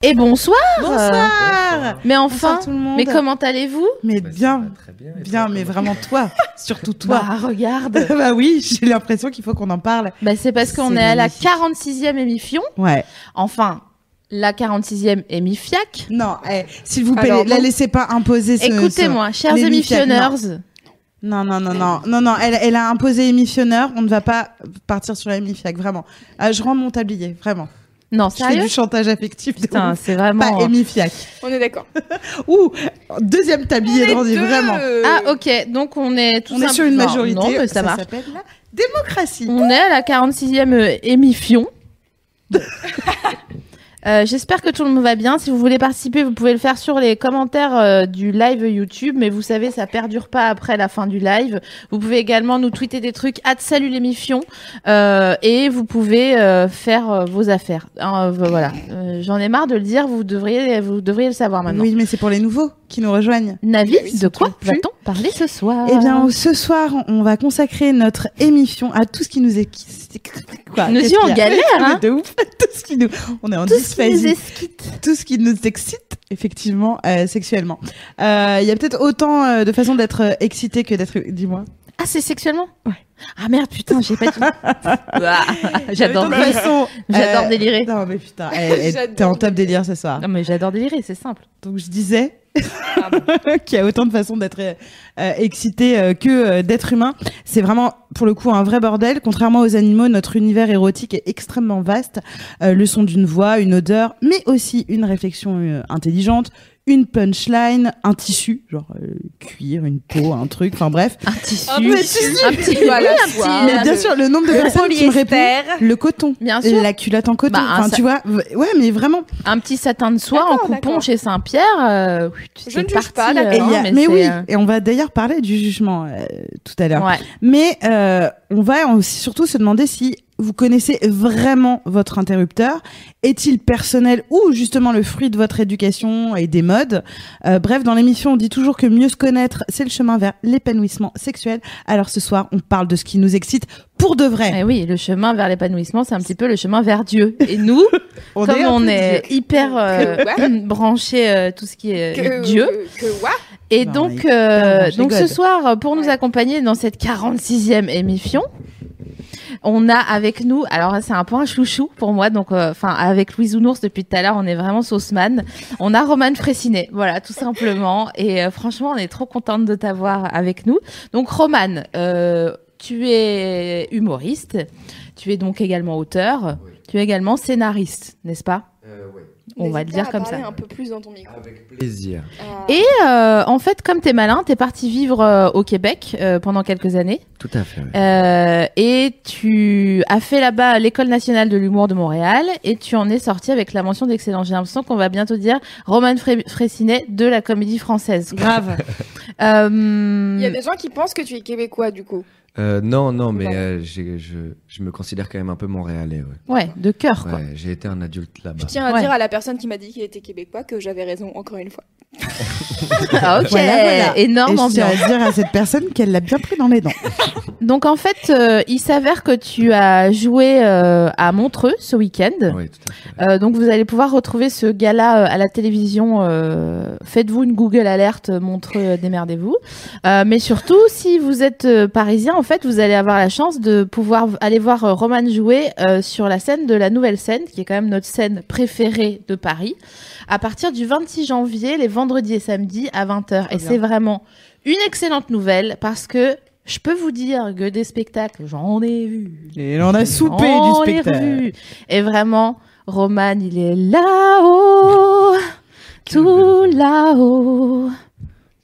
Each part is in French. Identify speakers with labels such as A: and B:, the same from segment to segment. A: Et bonsoir
B: Bonsoir
A: Mais enfin,
B: Bonsoir tout le monde.
A: mais comment allez-vous
B: Mais
C: Bah, ça
B: bien,
C: va très bien. et
B: bien,
C: toi,
B: mais
C: comment-
B: vraiment toi, surtout toi.
A: Bah regarde
B: bah oui, j'ai l'impression qu'il faut qu'on en parle.
A: Bah c'est parce qu'on
B: C'est
A: est à la
B: magnifique.
A: 46e émission,
B: Ouais.
A: enfin la 46e émifiac.
B: Non, eh, s'il vous plaît,
A: Alors,
B: la
A: donc-
B: laissez pas imposer ce.
A: Écoutez-moi, chers
B: les
A: émissionneurs,
B: ce- Non, non, non, non, non, non. Elle, elle a imposé émissionneur. On ne va pas partir sur la émifiac, vraiment. Euh, je rends mon tablier, vraiment.
A: non
B: Je fais
A: sérieux
B: du chantage affectif. de
A: Putain,
B: ouf.
A: c'est
B: pas
A: vraiment...
B: émifiac.
D: On est d'accord.
B: Ouh, deuxième tablier de Randy,
D: Deux.
B: vraiment.
A: Ah ok, donc on est tout
B: On est sur
A: simple-
B: une
A: Enfin,
B: majorité.
A: Non, mais ça,
B: ça
A: marche.
B: s'appelle la démocratie.
A: On est à la 46e euh, émission. Euh, J'espère que tout le monde va bien. Si vous voulez participer, vous pouvez le faire sur les commentaires euh, du live YouTube. Mais vous savez, ça perdure pas après la fin du live. Vous pouvez également nous tweeter des trucs à salut les mifions Euh, et vous pouvez euh, faire euh, vos affaires. Hein, v- voilà. Euh, J'en ai marre de le dire. Vous devriez, vous devriez le savoir maintenant.
B: Oui, mais c'est pour les nouveaux qui nous rejoignent.
A: Navi,
B: Oui,
A: de
B: surtout
A: quoi
B: plus.
A: va-t-on parler ce soir
B: Eh bien, ce soir, on va consacrer notre émission à tout ce qui nous est. Quoi
A: Nous
B: Qu'est-ce
A: y en
B: qu'il y a Ah,
A: galère,
B: Mais
A: hein.
B: de ouf. Tout ce qui nous. On est en
A: tout ce qui nous
B: dysphasie.
A: esquite.
B: Tout ce qui nous excite, effectivement, euh, sexuellement. Euh, Il y a peut-être autant euh, de façons d'être euh, excité que d'être. Dis-moi.
A: Ah, c'est sexuellement Ah merde, putain, j'ai pas dit. Ah, J'adore
B: Autant de
A: délirer.
B: façons,
A: J'adore
B: euh,
A: délirer.
B: Non, mais putain, eh, eh,
D: J'adore
B: t'es en top délire ce soir.
A: Non, mais j'adore délirer, c'est simple.
B: Donc, je disais.
A: Ah
B: qu'il y a autant de façons d'être euh, euh, excité euh, que euh, d'être humain. C'est vraiment, pour le coup, un vrai bordel. Contrairement aux animaux, notre univers érotique est extrêmement vaste. Euh, le son d'une voix, une odeur, mais aussi une réflexion euh, intelligente, une punchline, un tissu, genre euh, cuir, une peau, un truc, enfin bref.
A: Un tissu.
D: Un tissu.
A: Un petit.
D: Voilà,
A: oui, un
D: soir.
A: petit-
D: Mais
B: Mais bien sûr, le nombre de personnes qui me répondent, le coton.
A: Bien sûr.
B: La culotte en coton,
A: Bah, un
B: enfin
A: sa-
B: tu vois, v- ouais mais vraiment.
A: Un petit satin de soie en
D: D'accord,
A: coupon
D: d'accord.
A: chez Saint-Pierre. euh, oui,
D: Je
A: c'est
D: ne juge
A: parti,
D: pas, d'accord.
A: euh,
B: Et il y a-
A: hein,
B: mais
A: c'est,
B: oui,
A: euh,
B: et on va d'ailleurs parler du jugement euh, tout à l'heure.
A: Ouais.
B: Mais euh, on va aussi surtout se demander si vous connaissez vraiment votre interrupteur. Est-il personnel ou justement le fruit de votre éducation et des modes Euh, Bref, dans l'émission, on dit toujours que mieux se connaître, c'est le chemin vers l'épanouissement sexuel. Alors ce soir, on parle de ce qui nous excite pour de vrai.
A: Eh oui, le chemin vers l'épanouissement, c'est un petit peu le chemin vers Dieu. Et nous, comme
B: un
A: on
B: peu
A: est hyper euh, branchés, euh, tout ce qui est euh,
D: Que,
A: Dieu,
D: Que what
A: Et
B: Bah, on est
A: donc,
B: hyper
A: euh,
B: branché
A: donc ce
B: God.
A: soir, pour nous
D: Ouais.
A: accompagner dans cette 46e émission, on a avec nous, alors c'est un peu un chouchou pour moi, donc euh, enfin avec Louise Ounours depuis tout à l'heure, on est vraiment sauceman. On a Romane Fressinet, voilà, tout simplement. Et euh, franchement, on est trop contente de t'avoir avec nous. Donc Romane, euh, tu es humoriste, tu es donc également auteur,
C: Oui.
A: tu es également scénariste, n'est-ce pas
C: Euh, ouais,
A: On va le
D: N'hésite
A: dire
D: pas à
A: comme
D: parler
A: ça.
D: un peu plus dans ton micro.
C: Avec plaisir.
D: Ah.
A: Et euh, en fait, comme t'es malin, t'es parti vivre euh, au Québec euh, pendant quelques années.
C: Tout à fait. ouais.
A: Euh, et tu as fait là-bas l'école nationale de l'humour de Montréal et tu en es sorti avec la mention d'excellence. J'ai l'impression qu'on va bientôt dire Romane Fré- Fraissinet de la comédie française.
B: grave.
A: Euh,
D: Il y a des gens qui pensent que tu es québécois du coup.
C: Euh, non, non, mais
D: Non.
C: euh, j'ai- je, je me considère quand même un peu montréalais. Ouais.
A: Ouais, de cœur quoi.
C: Ouais, j'ai été un adulte là-bas.
D: Je tiens à
A: Ouais.
D: dire à la personne qui m'a dit qu'il était québécois que j'avais raison encore une fois.
A: Ah, ok,
B: Voilà, voilà.
A: énorme
B: et je tiens
A: ambiance.
B: à dire à cette personne qu'elle l'a bien pris dans les dents.
A: Donc en fait, euh, il s'avère que tu as joué euh, à Montreux ce week-end.
C: Oui, Ah tout à fait.
A: Euh, donc vous allez pouvoir retrouver ce gala euh, à la télévision. euh, Faites-vous une Google alerte, montreux, euh, démerdez-vous. Euh, mais surtout, si vous êtes euh, parisien, en fait, vous allez avoir la chance de pouvoir v- aller voir euh, Roman jouer euh, sur la scène de la nouvelle scène, qui est quand même notre scène préférée de Paris, à partir du 26 janvier, les vendredis et samedis à 20h. Et c'est vraiment une excellente nouvelle parce que je peux vous dire que des spectacles, j'en ai vu.
B: Et on a soupé
A: On
B: du
A: les
B: spectacle.
A: revue. Et vraiment, Roman, il est là-haut, tout là-haut.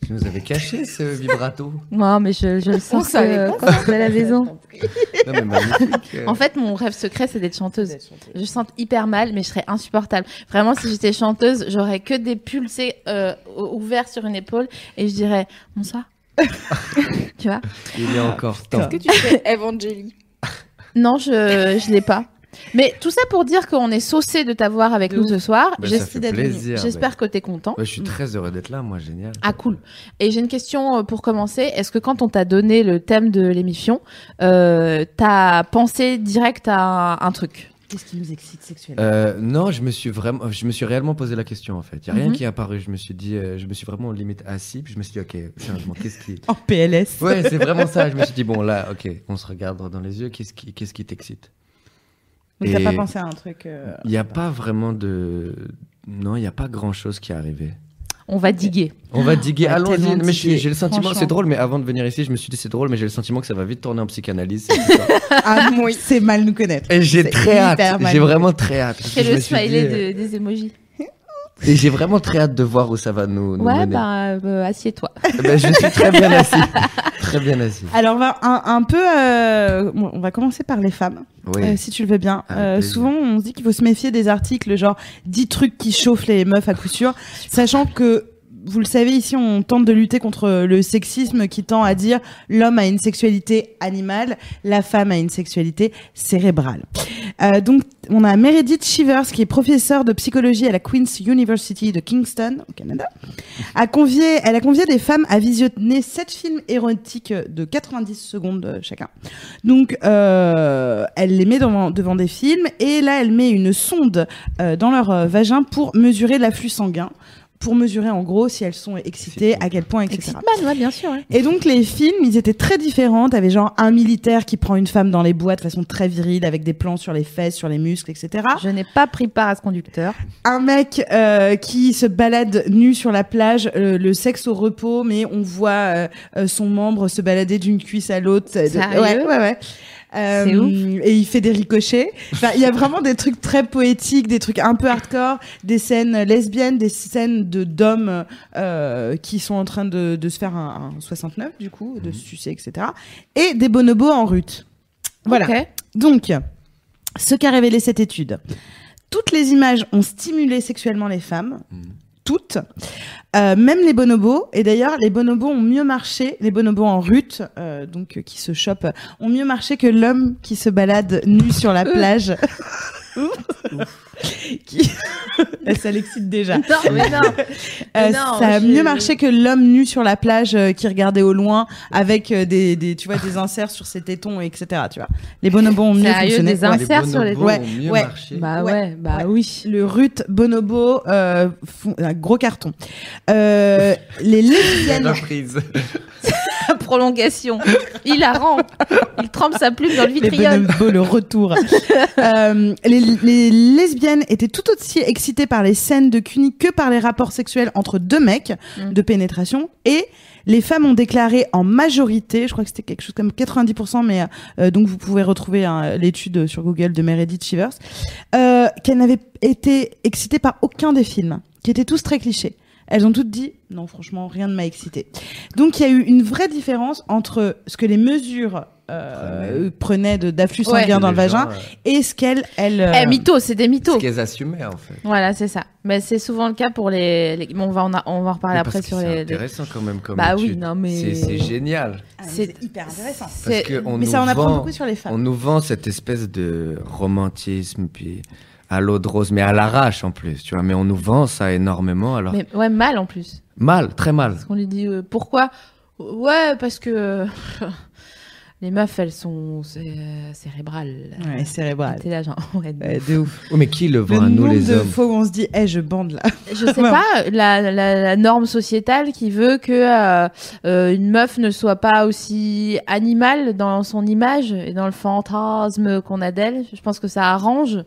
C: Tu nous avais caché ce vibrato.
A: Non, mais je, je le sens. que,
D: savait
A: euh, quand je vais à la maison.
C: Non, mais magnifique. euh.
A: En fait, mon rêve secret, c'est d'être chanteuse. Je me sens hyper mal, mais je serais insupportable. Vraiment, si j'étais chanteuse, j'aurais que des pulsés euh, ou- ouverts sur une épaule et je dirais bonsoir. tu vois
C: il est encore temps.
D: Est-ce que tu fais Evangeli
A: Non, je je l'ai pas. Mais tout ça pour dire qu'on est saucé de t'avoir avec
B: De
A: nous
B: ouf.
A: ce soir.
C: Bah,
A: J'es-
C: ça fait
B: d'être
C: plaisir.
A: J'espère
C: mais-
A: que t'es content.
C: Ouais, je suis très heureux d'être là, moi, génial.
A: Ah cool. Et j'ai une question euh, pour commencer. Est-ce que quand on t'a donné le thème de l'émission, euh, t'as pensé direct à un- un truc
B: Qu'est-ce qui nous excite sexuellement
C: Euh, non, je me suis vraiment, je me suis réellement posé la question en fait. Il y a rien
A: Mhm.
C: qui est apparu. Je me suis dit, euh, je me suis vraiment limite assis. Puis je me suis dit, ok, changement. Qu'est-ce qui
B: En PLS.
C: Ouais, c'est vraiment ça. Je me suis dit bon là, ok, on se regarde dans les yeux. Qu'est-ce qui, qu'est-ce qui t'excite
B: Donc t'as
C: Et-
B: pas pensé à un truc. euh,
C: Il n'y a pas vraiment de, non, il n'y a pas grand chose qui est arrivé.
A: On va diguer.
C: On va diguer,
B: ouais,
A: Ah,
C: allons-y.
B: tellement
C: Mais je suis-
B: diguer,
C: j'ai le sentiment,
B: franchement.
C: c'est drôle, mais avant de venir ici, je me suis dit c'est drôle, mais j'ai le sentiment que ça va vite tourner en psychanalyse. cette histoire.
B: Ah oui, c'est mal nous connaître.
C: Et j'ai
B: C'est
C: très
B: hyper
C: hâte,
B: mal.
C: j'ai vraiment très hâte. parce que
A: C'est
C: je
A: le
C: me suis
A: smiley
C: dit, euh,
A: de- des emojis.
C: Et j'ai vraiment très hâte de voir où ça va nous, nous
A: Ouais,
C: mener.
A: bah, euh, assieds-toi.
C: Ben, je suis très bien assis. très bien assis.
B: Alors, on va un, un peu. euh, bon, on va commencer par les femmes,
C: Oui.
B: euh, si tu le veux bien.
C: Avec
B: Euh,
C: plaisir.
B: souvent, on se dit qu'il faut se méfier des articles genre 10 trucs qui chauffent les meufs à coup sûr, sachant que. Vous le savez, ici, on tente de lutter contre le sexisme qui tend à dire l'homme a une sexualité animale, la femme a une sexualité cérébrale. Euh, donc, on a Meredith Shivers, qui est professeure de psychologie à la Queen's University de Kingston, au Canada. A convié, elle a convié des femmes à visionner sept films érotiques de 90 secondes euh, chacun. Donc, euh, elle les met devant, devant des films et là, elle met une sonde euh, dans leur euh, vagin pour mesurer l'afflux sanguin, pour mesurer en gros si elles sont excitées, à quel point, etc.
A: Excitman, ouais, bien sûr. ouais.
B: Et donc les films, ils étaient très différents. T'avais genre un militaire qui prend une femme dans les bois de façon très virile, avec des plans sur les fesses, sur les muscles, etc.
A: Je n'ai pas pris part à ce conducteur.
B: Un mec euh, qui se balade nu sur la plage, euh, le sexe au repos, mais on voit euh, euh, son membre se balader d'une cuisse à l'autre. Euh, de-
A: Sérieux
B: Ouais, ouais, ouais.
A: C'est
B: Et il fait des ricochets. Enfin, il y a vraiment des trucs très poétiques, des trucs un peu hardcore, des scènes lesbiennes, des scènes de d'hommes euh, qui sont en train de, de se faire un, un 69 du coup, de se sucer, etc. Et des bonobos en rut. Voilà.
A: Ok.
B: Donc, ce qu'a révélé cette étude, toutes les images ont stimulé sexuellement les femmes,
C: Mhm.
B: toutes, Euh, même les bonobos. Et d'ailleurs, les bonobos ont mieux marché, les bonobos en rut, euh, donc euh, qui se chopent, ont mieux marché que l'homme qui se balade nu sur la plage. qui... ça l'excite déjà.
A: Non, mais non.
B: Euh,
A: Mais non,
B: ça a
A: je-
B: mieux marché que l'homme nu sur la plage euh, qui regardait au loin avec euh, des, des tu vois des inserts sur ses tétons etc tu vois les bonobos ont mieux
A: Sérieux,
B: fonctionné
A: des
B: Ouais.
A: inserts Insère sur les-
C: bonobos
B: Ouais,
C: ont mieux
B: ouais.
C: marché.
A: Bah ouais,
B: Ouais,
A: bah
B: ouais.
A: oui.
B: le rut bonobo euh, font un gros carton Euh, les lesbiennes
C: Surprise.
A: La prolongation. Il la rend. Il trempe sa plume dans le
B: les
A: vitriol.
B: bonobos le retour Euh, les, les lesbiennes étaient tout aussi excitées par les scènes de cuni que par les rapports sexuels entre deux mecs
A: Mm.
B: de pénétration et les femmes ont déclaré en majorité, je crois que c'était quelque chose comme 90%, mais euh, euh, donc vous pouvez retrouver hein, l'étude sur Google de Meredith Shivers, euh, qu'elles n'avaient été excitées par aucun des films, qui étaient tous très clichés. Elles ont toutes dit non, franchement, rien ne m'a excitée. Donc il y a eu une vraie différence entre ce que les mesures euh, prenaient de- d'afflux
A: Ouais.
B: sanguin dans le
C: Les gens,
B: vagin
C: euh,
B: et ce qu'elle elle euh,
A: Eh, mytho, c'est des
C: Ce
A: mythos.
C: qu'elles assumaient en fait.
A: Voilà, c'est ça. Mais c'est souvent le cas pour les. les- bon, on va en, a- on va en reparler
C: Mais
A: après
C: parce que
A: sur
C: c'est
A: les. les-
C: intéressant quand même comme
A: Bah oui,
C: étude.
A: non, mais-
C: C'est- C'est génial.
B: ah, mais
A: c'est-
B: c'est hyper intéressant.
C: Parce
A: C'est-
C: que on
B: mais
C: nous
B: ça on apprend
C: vend-
B: beaucoup sur les femmes.
C: On nous vend cette espèce de romantisme, puis à l'eau de rose, mais à l'arrache en plus, tu vois. Mais on nous vend ça énormément, alors
A: Mais ouais, mal en plus.
C: mal, très mal.
A: Parce qu'on lui dit euh, pourquoi Ouais, parce que euh, les meufs, elles sont cé- euh, cérébrales.
B: Ouais, cérébrale.
A: Et t'es là, genre, ouais, non.
B: Ouais, de ouf.
C: Oh, mais qui le
B: Le
C: vend à nous
B: nombre
C: les
B: de
C: hommes
B: fois où on se dit, eh, je bande là.
A: Je sais
B: Ouais.
A: pas la, la, la norme sociétale qui veut que euh, euh, une meuf ne soit pas aussi animale dans son image et dans le fantasme qu'on a d'elle. Je pense que ça arrange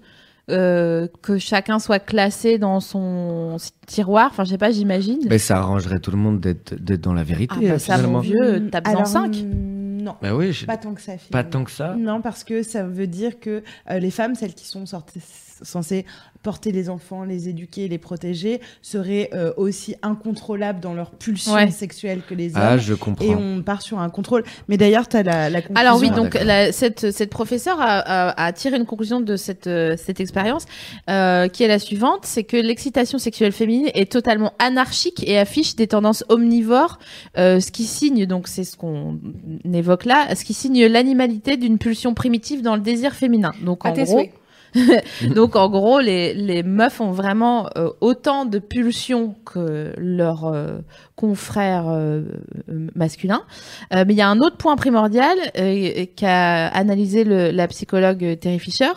A: euh, que chacun soit classé dans son tiroir. Enfin, je sais pas, j'imagine.
C: Mais ça arrangerait tout le monde d'être d'être dans la vérité,
A: Ah, bah,
C: euh,
A: ça, mon
C: finalement.
A: Dieu. Vieux, t'as besoin
B: Alors,
A: cinq.
B: mm, Non,
C: Bah oui, je-
B: pas tant que ça.
C: pas
B: finalement.
C: tant que ça.
B: Non, parce que ça veut dire que euh, les femmes, celles qui sont sorties censé porter les enfants, les éduquer, les protéger, seraient euh, aussi incontrôlables dans leur pulsion
A: Ouais.
B: sexuelle que les hommes.
C: Ah, je
B: et
C: comprends.
B: on part sur un contrôle. Mais d'ailleurs, tu as la, la conclusion.
A: Alors oui,
C: Ah,
A: donc
C: d'accord.
A: la- cette, cette professeure a, a- a tiré une conclusion de cette, euh, cette expérience, euh, qui est la suivante, c'est que l'excitation sexuelle féminine est totalement anarchique et affiche des tendances omnivores, euh, ce qui signe, donc c'est ce qu'on évoque là, ce qui signe l'animalité d'une pulsion primitive dans le désir féminin. Donc
D: À
A: en
D: tes
A: gros,
D: souhaits.
A: donc en gros, les, les meufs ont vraiment euh, autant de pulsions que leurs euh, confrères euh, euh, masculins. Euh, mais il y a un autre point primordial euh, qu'a analysé le- la psychologue Terry Fisher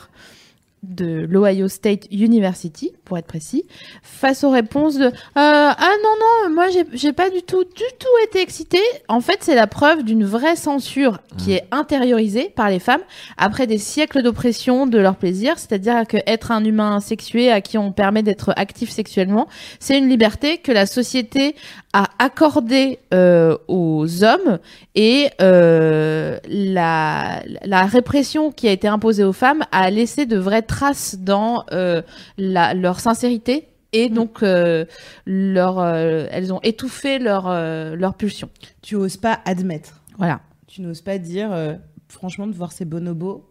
A: de l'Ohio State University, pour être précis, face aux réponses de euh, ah non non moi j'ai- j'ai pas du tout du tout été excitée. En fait c'est la preuve d'une vraie censure qui est intériorisée par les femmes après des siècles d'oppression de leur plaisir, c'est-à-dire que être un humain sexué à qui on permet d'être actif sexuellement, c'est une liberté que la société a accordée euh, aux hommes et euh, la, la répression qui a été imposée aux femmes a laissé de vraies traces dans euh, la- leur sincérité. Et
B: Mmh.
A: donc, euh, leur, euh, elles ont étouffé leur, euh, leur pulsion.
B: Tu oses pas admettre.
A: Voilà.
B: Tu n'oses pas dire, euh, franchement, de voir ces bonobos,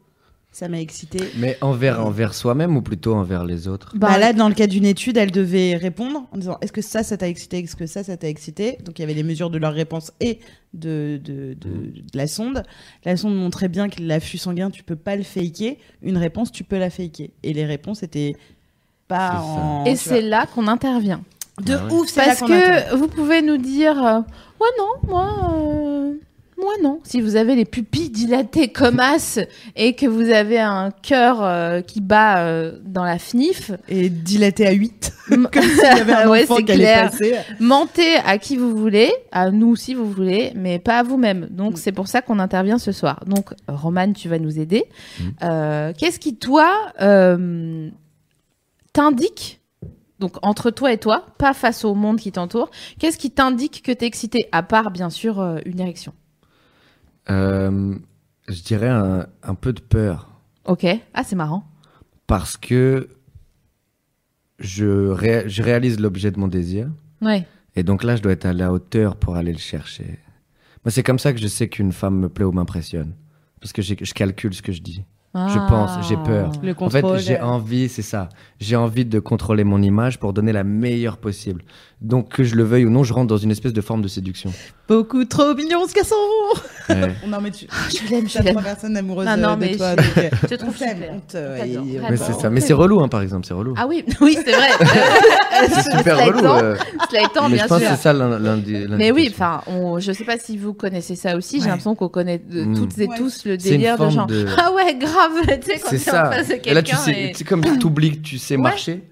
B: ça m'a excité.
C: Mais envers, envers soi-même ou plutôt envers les autres
B: Bah, là, dans le cas d'une étude, elle devait répondre en disant est-ce que ça, ça t'a excité Est-ce que ça, ça t'a excité Donc il y avait les mesures de leur réponse et de, de,
C: Mm.
B: de- de la sonde. La sonde montrait bien que l'afflux sanguin, tu peux pas le faker. Une réponse, tu peux la faker. Et les réponses étaient
C: C'est
B: pas
C: ça.
B: en.
A: et
B: tu vois.
A: c'est là qu'on intervient.
B: de
C: Ah ouais.
B: ouf, c'est là
A: Parce
B: qu'on attend.
A: que vous pouvez nous dire, euh, ouais non, moi, euh, moi non. Si vous avez les pupilles dilatées comme as et que vous avez un cœur euh, qui bat euh, dans la fnif,
B: Et dilaté à 8,
A: m-
B: comme s'il y avait un
A: Ouais,
B: enfant
A: c'est
B: qui allait
A: clair.
B: passer.
A: mentez à qui vous voulez, à nous si vous voulez, mais pas à vous-même. Donc
B: Mm.
A: c'est pour ça qu'on intervient ce soir. Donc Romane, tu vas nous aider.
C: Mm.
A: Euh, Qu'est-ce qui toi euh, t'indique donc entre toi et toi, pas face au monde qui t'entoure, qu'est-ce qui t'indique que t'es excité à part bien sûr euh, une érection
C: Euh, Je dirais un, un peu de peur.
A: Ok, ah c'est marrant.
C: Parce que je, ré- je réalise l'objet de mon désir.
A: Ouais.
C: Et donc là, je dois être à la hauteur pour aller le chercher. Moi, c'est comme ça que je sais qu'une femme me plaît ou m'impressionne. Parce que j'ai- je calcule ce que je dis.
A: Ah.
C: Je pense, j'ai peur.
B: Le
C: En fait,
B: contrôle.
C: j'ai envie, c'est ça. J'ai envie de contrôler mon image pour donner la meilleure possible. Donc, que je le veuille ou non, je rentre dans une espèce de forme de séduction.
B: Beaucoup trop mignon, on se casse en rond.
C: Ouais.
B: On en met dessus.
A: Ah, Je l'aime, je
B: T'as trois
A: l'aime.
B: personnes amoureuses
A: Non, non,
B: euh, de
A: mais
B: toi.
A: je-
B: donc, euh,
A: Je te
B: on
A: trouve
B: t'aime,
A: super.
B: on te- ouais,
A: t'adore,
B: et-
A: vraiment.
C: Mais c'est ça. Mais c'est relou, hein, par exemple, c'est relou.
A: bah, Ah oui, oui c'est vrai.
C: c'est super
A: Cela
C: relou.
A: étant-
C: euh,
A: Cela étant,
C: mais
A: bien
C: je pense
A: sûr.
C: que c'est ça l'un- l'un des-
A: Mais oui,
C: l'indication.
A: enfin, on- je sais pas si vous connaissez ça aussi. J'ai
B: Ouais.
A: l'impression qu'on connaît de-
C: Mm.
A: toutes et
B: Ouais.
A: tous le
C: C'est une
A: délire de
C: forme
A: genre.
C: de-
A: Ah ouais, grave, tu sais, quand t'es
C: C'est
A: en
C: ça.
A: face de
C: Et là, tu
A: quelqu'un.
C: sais,
A: et-
C: c'est comme tu oublies que tu sais
A: Ouais.
C: marcher.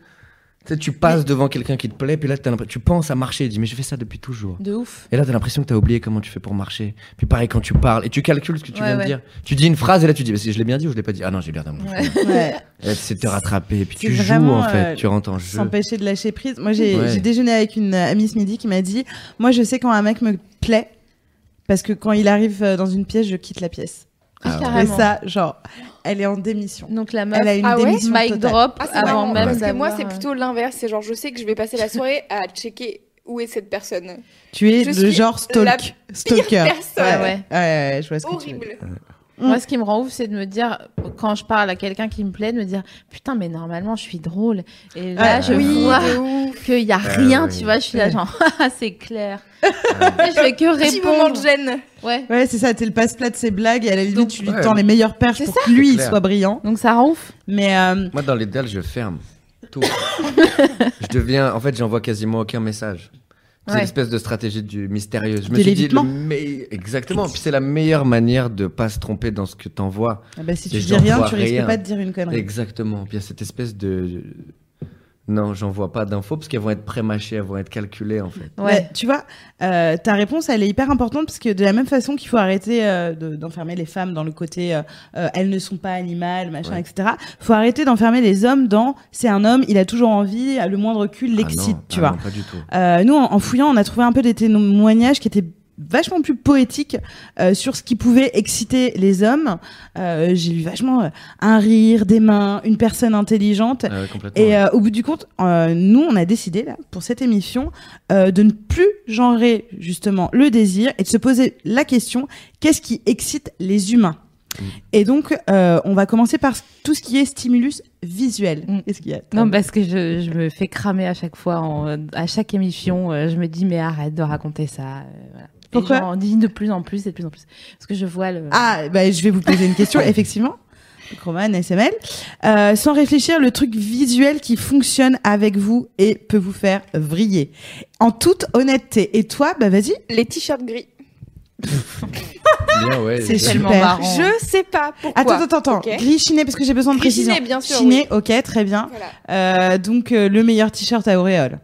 C: Tu, sais, tu passes devant quelqu'un qui te plaît, puis là, t'as l'impression- tu penses à marcher. Tu dis, mais je fais ça depuis toujours.
A: De ouf.
C: Et là, t'as l'impression que t'as oublié comment tu fais pour marcher. Puis pareil, quand tu parles, et tu calcules ce que tu
A: Ouais,
C: viens
A: ouais.
C: de dire. Tu dis une phrase, et là, tu dis, mais si je l'ai bien dit ou je l'ai pas dit Ah non, j'ai l'air d'un bouffon.
B: Ouais.
C: Et là, tu sais te rattraper, et puis
B: C'est
C: tu joues,
B: vraiment,
C: en fait.
B: euh,
C: tu rentres en jeu.
B: S'empêcher de lâcher prise. Moi, j'ai
C: Ouais.
B: j'ai déjeuné avec une euh, amie ce midi qui m'a dit Moi, je sais quand un mec me plaît, parce que quand il arrive euh, dans une pièce, je quitte la pièce.
C: Ah ouais.
A: Carrément.
B: Et ça, genre, elle est en démission.
A: Donc la meuf,
B: Elle a une
A: ah ouais,
B: démission
A: mic
B: totale.
A: drop
D: Ah, c'est
A: avant
D: marrant,
A: même
D: Parce que moi,
A: d'avoir,
D: c'est
A: euh,
D: plutôt l'inverse. C'est genre, je sais que je vais passer la soirée à checker où est cette personne.
B: Tu es
D: Je
B: le
D: suis
B: genre
D: la
B: stalk, stalker.
D: personne.
B: Ouais,
A: Ouais.
B: ouais. ouais, ouais, je vois ce que tu veux dire.
D: Horrible. Mm.
A: Moi, ce qui me rend ouf, c'est de me dire, quand je parle à quelqu'un qui me plaît, de me dire, putain, mais normalement, je suis drôle. Et là,
B: Ah,
A: je
B: oui,
A: vois
D: de ouf.
A: qu'il y a
C: Ah,
A: rien,
C: oui.
A: tu vois, je suis là,
B: Ouais.
A: genre, Ah, c'est clair. je fais que
D: Petit moment de
A: répondre.
D: gêne.
A: Ouais.
B: Ouais, c'est ça, t'es le passe-plat de ses blagues et à la limite,
A: Donc-
B: tu lui
C: Ouais.
B: tends les meilleures perches
A: C'est
B: pour que lui,
C: C'est
B: il
C: clair.
B: soit brillant.
A: Donc ça rend ouf.
B: Mais euh,
C: Moi, dans les dalles, je ferme tout. je deviens, en fait, j'envoie quasiment aucun message. C'est
A: Ouais.
C: l'espèce de stratégie du mystérieux. Je
B: De
C: me suis dit, le
B: l'évitement.
C: me- exactement. Puis c'est la meilleure manière de pas se tromper dans ce que t'envoies.
B: ah bah, si
C: Les
B: tu dis
C: gens
B: rien,
C: voient
B: tu risques
C: rien.
B: pas de dire une connerie.
C: Exactement. Puis il y a cette espèce de. Non, j'envoie pas d'infos parce qu'elles vont être prémâchées, elles vont être calculées en fait.
A: Ouais.
B: Mais tu vois, euh, ta réponse, elle est hyper importante parce que de la même façon qu'il faut arrêter euh, de- d'enfermer les femmes dans le côté euh, euh, elles ne sont pas animales, machin,
C: Ouais.
B: etc. Faut arrêter d'enfermer les hommes dans c'est un homme, il a toujours envie, le moindre cul l'excite,
C: Ah non,
B: tu
C: ah
B: vois.
C: non, pas du tout.
B: Euh, nous, en, en fouillant, on a trouvé un peu des témoignages qui étaient vachement plus poétique euh, sur ce qui pouvait exciter les hommes. Euh, J'ai lu vachement euh, un rire, des mains, une personne intelligente.
C: Ah ouais, complètement.
B: Et euh, au bout du compte, euh, nous, on a décidé là, pour cette émission euh, de ne plus genrer justement le désir et de se poser la question qu'est-ce qui excite les humains
C: Mm.
B: Et donc, euh, on va commencer par tout ce qui est stimulus visuel.
A: Mm.
B: Est-ce qu'il y a
A: Non, parce que je, je me fais cramer à chaque fois, en- à chaque émission. euh, Je me dis, mais arrête de raconter ça. euh, voilà. Et
B: Pourquoi
A: j'en dis de plus en plus et de plus en plus. Parce que je vois le.
B: Ah, bah, je vais vous poser une question, effectivement. Donc, Roman, SML. Euh, sans réfléchir, le truc visuel qui fonctionne avec vous et peut vous faire vriller. En toute honnêteté. Et toi, bah vas-y.
D: Les t-shirts gris.
C: Bien, ouais,
A: c'est
C: je-
A: tellement
B: super.
A: marrant.
D: Je sais pas pourquoi.
B: Attends, attends, attends.
D: Ok.
B: Gris chiné, parce que j'ai besoin de
D: Gris
B: précision.
D: chiné, bien sûr,
B: Chiné, ok, très bien.
D: Voilà.
B: Euh, donc, euh, le meilleur t-shirt à auréole.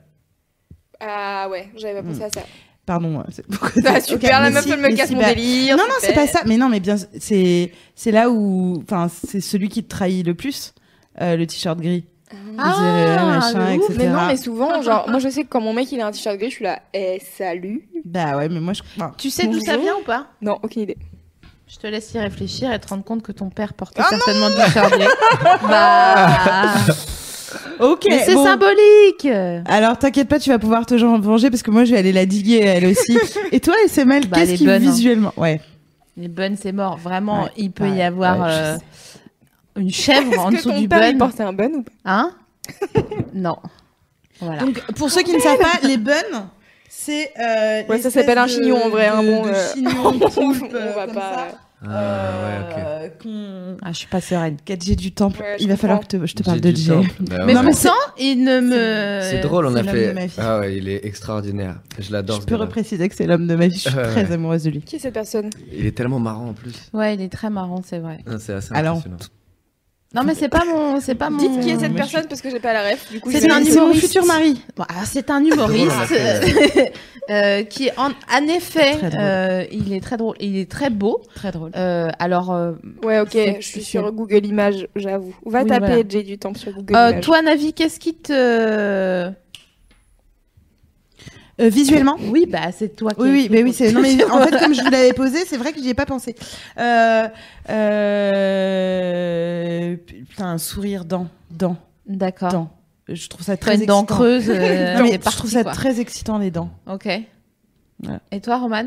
D: Ah ouais, j'avais pas pensé à ça.
B: Pardon. euh, c'est- pourquoi
D: Ah,
B: c'est-
D: super,
B: ok,
D: la
B: mais
D: meuf,
B: si,
D: elle me
B: mais
D: casse
B: si,
D: mon
B: bah-
D: délire.
B: Non, non, c'est
D: super.
B: pas ça. Mais non, mais bien, c'est c'est là où, enfin, c'est celui qui te trahit le plus, euh, le t-shirt gris.
A: Ah,
B: Zéréa, machin,
A: de ouf.
B: etc.
D: Mais non, mais souvent, genre, moi je sais que quand mon mec il a un t-shirt gris, je suis là, eh salut.
B: Bah ouais, mais moi je. enfin,
A: Tu sais d'où ça
B: Bonjour.
A: vient ou pas
D: Non, aucune idée.
A: Je te laisse y réfléchir et te rendre compte que ton père portait certainement du charlet. bah.
B: Ok.
A: Mais c'est
B: bon.
A: symbolique
B: Alors t'inquiète pas, tu vas pouvoir te gen- venger parce que moi je vais aller la diguer elle aussi. Et toi, SML,
A: Bah, elle
B: qu'est-ce
A: est
B: qui
A: bonne, hein.
B: visuellement Ouais.
A: Les buns, c'est mort. Vraiment,
B: Ouais,
A: il peut y
B: ouais,
A: avoir
C: ouais, je
A: euh, une chèvre en
D: Est-ce que
A: dessous
D: ton
A: du
D: père il
A: bun.
D: portait un bun ou pas
A: Hein Non. Voilà.
B: Donc pour ceux qui ne savent pas, les buns, c'est. euh,
D: Ouais, ça
B: l'espèce
D: s'appelle un
B: de-
D: chignon, en vrai,
B: de-
D: hein, bon,
B: de
D: euh,
B: chignon poulpe,
D: On va
B: euh, comme
D: pas-
B: ça,
C: Ah, ouais, ok.
B: euh, qu'on-
A: Ah, je suis pas sereine.
B: 4G du temple.
D: Ouais, je
B: Il va falloir que
D: comprends.
B: te- je te parle de
C: J'ai du
B: G.
C: temps. Bah
A: Mais
C: ouais.
B: non, mais euh,
A: pourtant, il ne me.
C: C'est drôle, on
B: c'est
C: a
B: l'homme de
C: fait.
B: ma vie.
C: Ah ouais, il est extraordinaire. Je l'adore.
B: Je
C: ce
B: peux
C: gars-là.
B: repréciser que c'est l'homme de ma vie. Je suis
C: Ouais,
B: très
C: ouais.
B: amoureuse de lui.
D: Qui est cette personne
C: Il est tellement marrant en plus.
A: Ouais, il est très marrant, c'est vrai.
C: Ah, C'est assez
B: Alors,
C: impressionnant.
A: Non, mais c'est pas mon. C'est pas mon.
D: Dites qui est
B: moi,
D: cette
B: je-
D: personne parce que j'ai pas la ref. Du coup,
A: C'est
D: je vais-
A: un
B: C'est mon
A: humoriste.
B: futur mari.
A: Bon, alors, c'est un humoriste euh, qui, en, en effet,
B: Très drôle.
A: euh, il est très drôle. Il est très beau. Très drôle. alors, euh,
D: Ouais, ok,
A: C'est-
D: je suis
A: c'est-
D: sur Google Images, j'avoue. Va
A: Oui,
D: taper
A: voilà.
D: J'ai du temps sur Google
A: euh,
D: Images.
A: toi, Navi, qu'est-ce qui te.
B: Euh, visuellement.
A: Oui, bah, c'est toi qui.
B: Oui, oui, mais oui, c'est. Non, mais en fait, comme je vous l'avais posé, c'est vrai que j'y ai pas pensé. Euh, euh, Putain, un sourire dent, dent,
A: D'accord.
B: dent. Je trouve ça
A: Très
B: très
A: une dent
B: excitant.
A: creuse.
B: Non,
A: euh,
B: mais
A: c'est
B: je
A: parti,
B: trouve ça
A: quoi.
B: très excitant les dents.
A: Ok.
B: Voilà.
A: Et toi, Roman
B: Et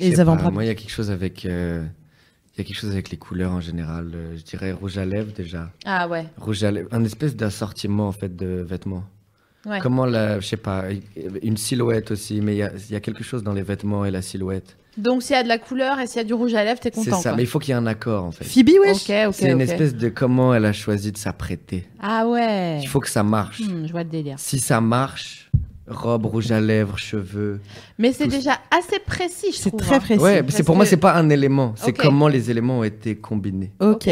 C: Je
B: les
C: sais
B: avant-bras.
C: pas, Moi, il y a quelque chose avec. euh, Il y a quelque chose avec les couleurs en général. Euh, Je dirais rouge à lèvres déjà.
A: Ah ouais.
C: Rouge à lèvres. Un espèce d'assortiment en fait de vêtements.
A: Ouais.
C: Comment la. Je sais pas. Une silhouette aussi. Mais il y a- il y, a quelque chose dans les vêtements et la silhouette.
A: Donc s'il y a de la couleur et s'il y a du rouge à lèvres, t'es
C: C'est
A: content.
C: ça.
A: quoi.
C: Mais il faut qu'il y ait un accord en fait.
B: Phoebe,
A: Ok,
B: wesh.
A: ok,
C: C'est une
A: hein. ok.
C: espèce de comment elle a choisi de s'apprêter.
A: Ah ouais.
C: Il faut que ça marche.
A: Hmm, je vois le délire.
C: Si ça marche, robe, rouge à lèvres, cheveux.
A: Mais c'est
C: Tout-
A: déjà assez précis, je
B: C'est
A: trouve.
B: très
A: hein.
B: précis.
C: Ouais,
A: parce
C: c'est pour moi,
A: que-
C: c'est pas un élément. C'est
A: Ok.
C: comment les éléments ont été combinés.
B: Ok.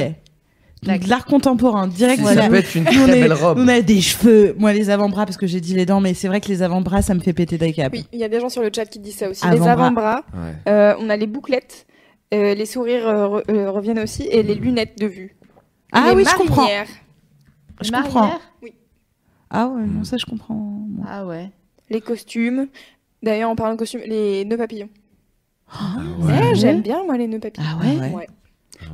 B: Donc,
A: D'accord.
B: de l'art contemporain, direct.
C: C'est-
B: voilà.
C: Ça peut être une
B: Nous, on,
C: très
B: est-
C: belle robe.
B: on a des cheveux. Moi, les avant-bras, parce que j'ai dit les dents, mais c'est vrai que les avant-bras, ça me fait péter des câbles.
D: Oui, il y a des gens sur le chat qui disent ça aussi. Les
B: Avant-bras.
D: avant-bras,
C: Ouais.
D: euh, on a les bouclettes, euh, les sourires euh, re- euh, reviennent aussi et les lunettes de vue.
B: Ah
D: Les
B: oui, je comprends.
D: marinières.
B: Je
A: Marinière
B: comprends. Ah ouais, non, ça, je comprends. moi.
A: Ah ouais.
D: Les costumes. D'ailleurs, en parlant de costumes, les nœuds papillons.
C: Ah ouais.
D: Ouais,
A: ouais.
D: Eh, J'aime bien, moi, les nœuds papillons.
A: Ah ouais.
B: Ah ouais.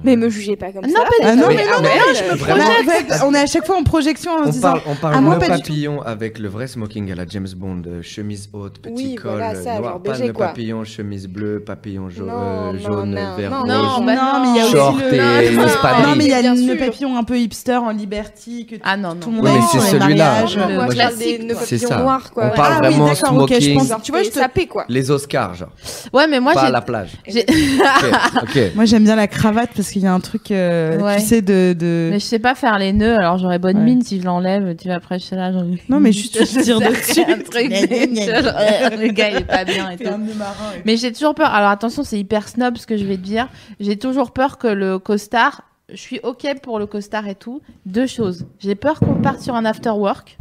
D: Mais me jugez pas comme
A: Non,
D: ça.
A: pas
B: Ah non, mais
C: non,
D: Armel,
C: je me
D: euh,
B: Mais
C: projette.
B: en fait, on est à chaque fois en projection en se
C: On
B: disant.
C: parle, on parle
B: Ah, moi,
C: de
B: pas du
C: papillon avec le vrai smoking à la James Bond, euh, chemise haute, petit
D: Oui,
C: col
D: voilà,
C: euh,
D: ça,
C: noir,
D: genre
C: pas
D: BG,
C: le
D: quoi.
C: papillon, chemise bleue, papillon ja-
D: Non,
C: euh,
D: non,
C: jaune,
D: non,
C: vert,
D: non,
A: Non,
C: rouge.
A: bah
B: Non, mais il y a aussi
C: Short
B: le-
C: et
A: Non, non,
C: spadrille.
B: non, mais il y a
D: Bien
B: le
D: sûr.
B: papillon un peu hipster en liberty que
A: Ah non, non.
B: tout le monde
C: Ouais,
B: a
C: mais
B: dans
C: c'est
B: les
C: celui-là.
B: mariages. euh,
D: Non, euh, moi,
C: Moi,
D: je parle des
A: classique,
D: nœuds
A: quoi.
C: C'est
D: papillons
C: ça.
D: noirs, quoi.
C: On parle
B: Ah oui,
C: vraiment
B: d'accord, ok, je
C: smoking,
B: pense-
D: Genre,
B: Tu vois, je
D: t'es
B: te-
D: sapé, quoi.
C: les Oscars, genre,
A: Ouais, mais moi
C: pas à
A: j'ai.
C: la plage.
A: j'ai-
C: Ok, ok.
B: Moi, j'aime bien la cravate parce qu'il y a un truc, euh,
A: Ouais.
B: tu sais, de. de-
A: Mais je sais pas faire les nœuds, alors j'aurais bonne
B: Ouais.
A: mine si je l'enlève. Tu vas après, je suis là. Genre...
B: Non, mais juste, tu te tires
A: sais,
B: dessus.
A: c'est un truc,
B: Gna, gna,
A: mais-
B: gna.
A: genre, euh, le gars, il est pas bien et
B: T'es
A: tout.
B: un de marin, et-
A: Mais j'ai toujours peur. Alors attention, c'est hyper snob ce que je vais te dire. J'ai toujours peur que le costard. Je suis ok pour le costard et tout. Deux choses. J'ai peur qu'on parte sur un after work.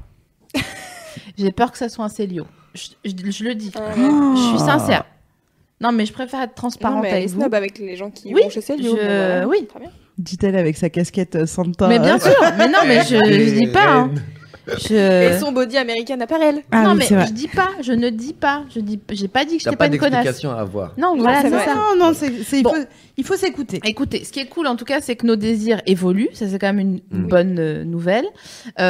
A: j'ai peur que ça soit un Célio. Je, je- je le dis.
D: Ah,
B: Oh.
A: Je suis
C: Ah.
A: sincère. Non, mais je préfère être
D: Non,
A: transparente
D: mais elle est
A: avec vous.
D: snob avec les gens qui
A: Oui,
D: vont chez
A: je-
D: Célio. bon, bah, voilà.
A: oui.
D: Très bien.
B: Dit-elle avec sa casquette euh, Santa.
A: Mais bien sûr. Mais non, mais je, je dis pas. hein. Je...
B: Euh.
D: Et son body américain apparel.
B: Ah
A: non,
B: oui,
A: mais
B: c'est vrai.
A: je dis pas, je ne dis pas, je dis, j'ai pas dit que
C: T'as
A: j'étais
C: pas
A: pas, une connasse.
C: d'explication à avoir.
A: Non, voilà,
D: c'est
A: c'est
D: vrai.
A: ça.
B: Non, non, c'est, c'est- il,
A: Bon.
B: faut, il faut s'écouter.
A: Écoutez, ce qui est cool en tout cas, c'est que nos désirs évoluent. Ça, c'est quand même une
C: Mm.
A: bonne euh, nouvelle.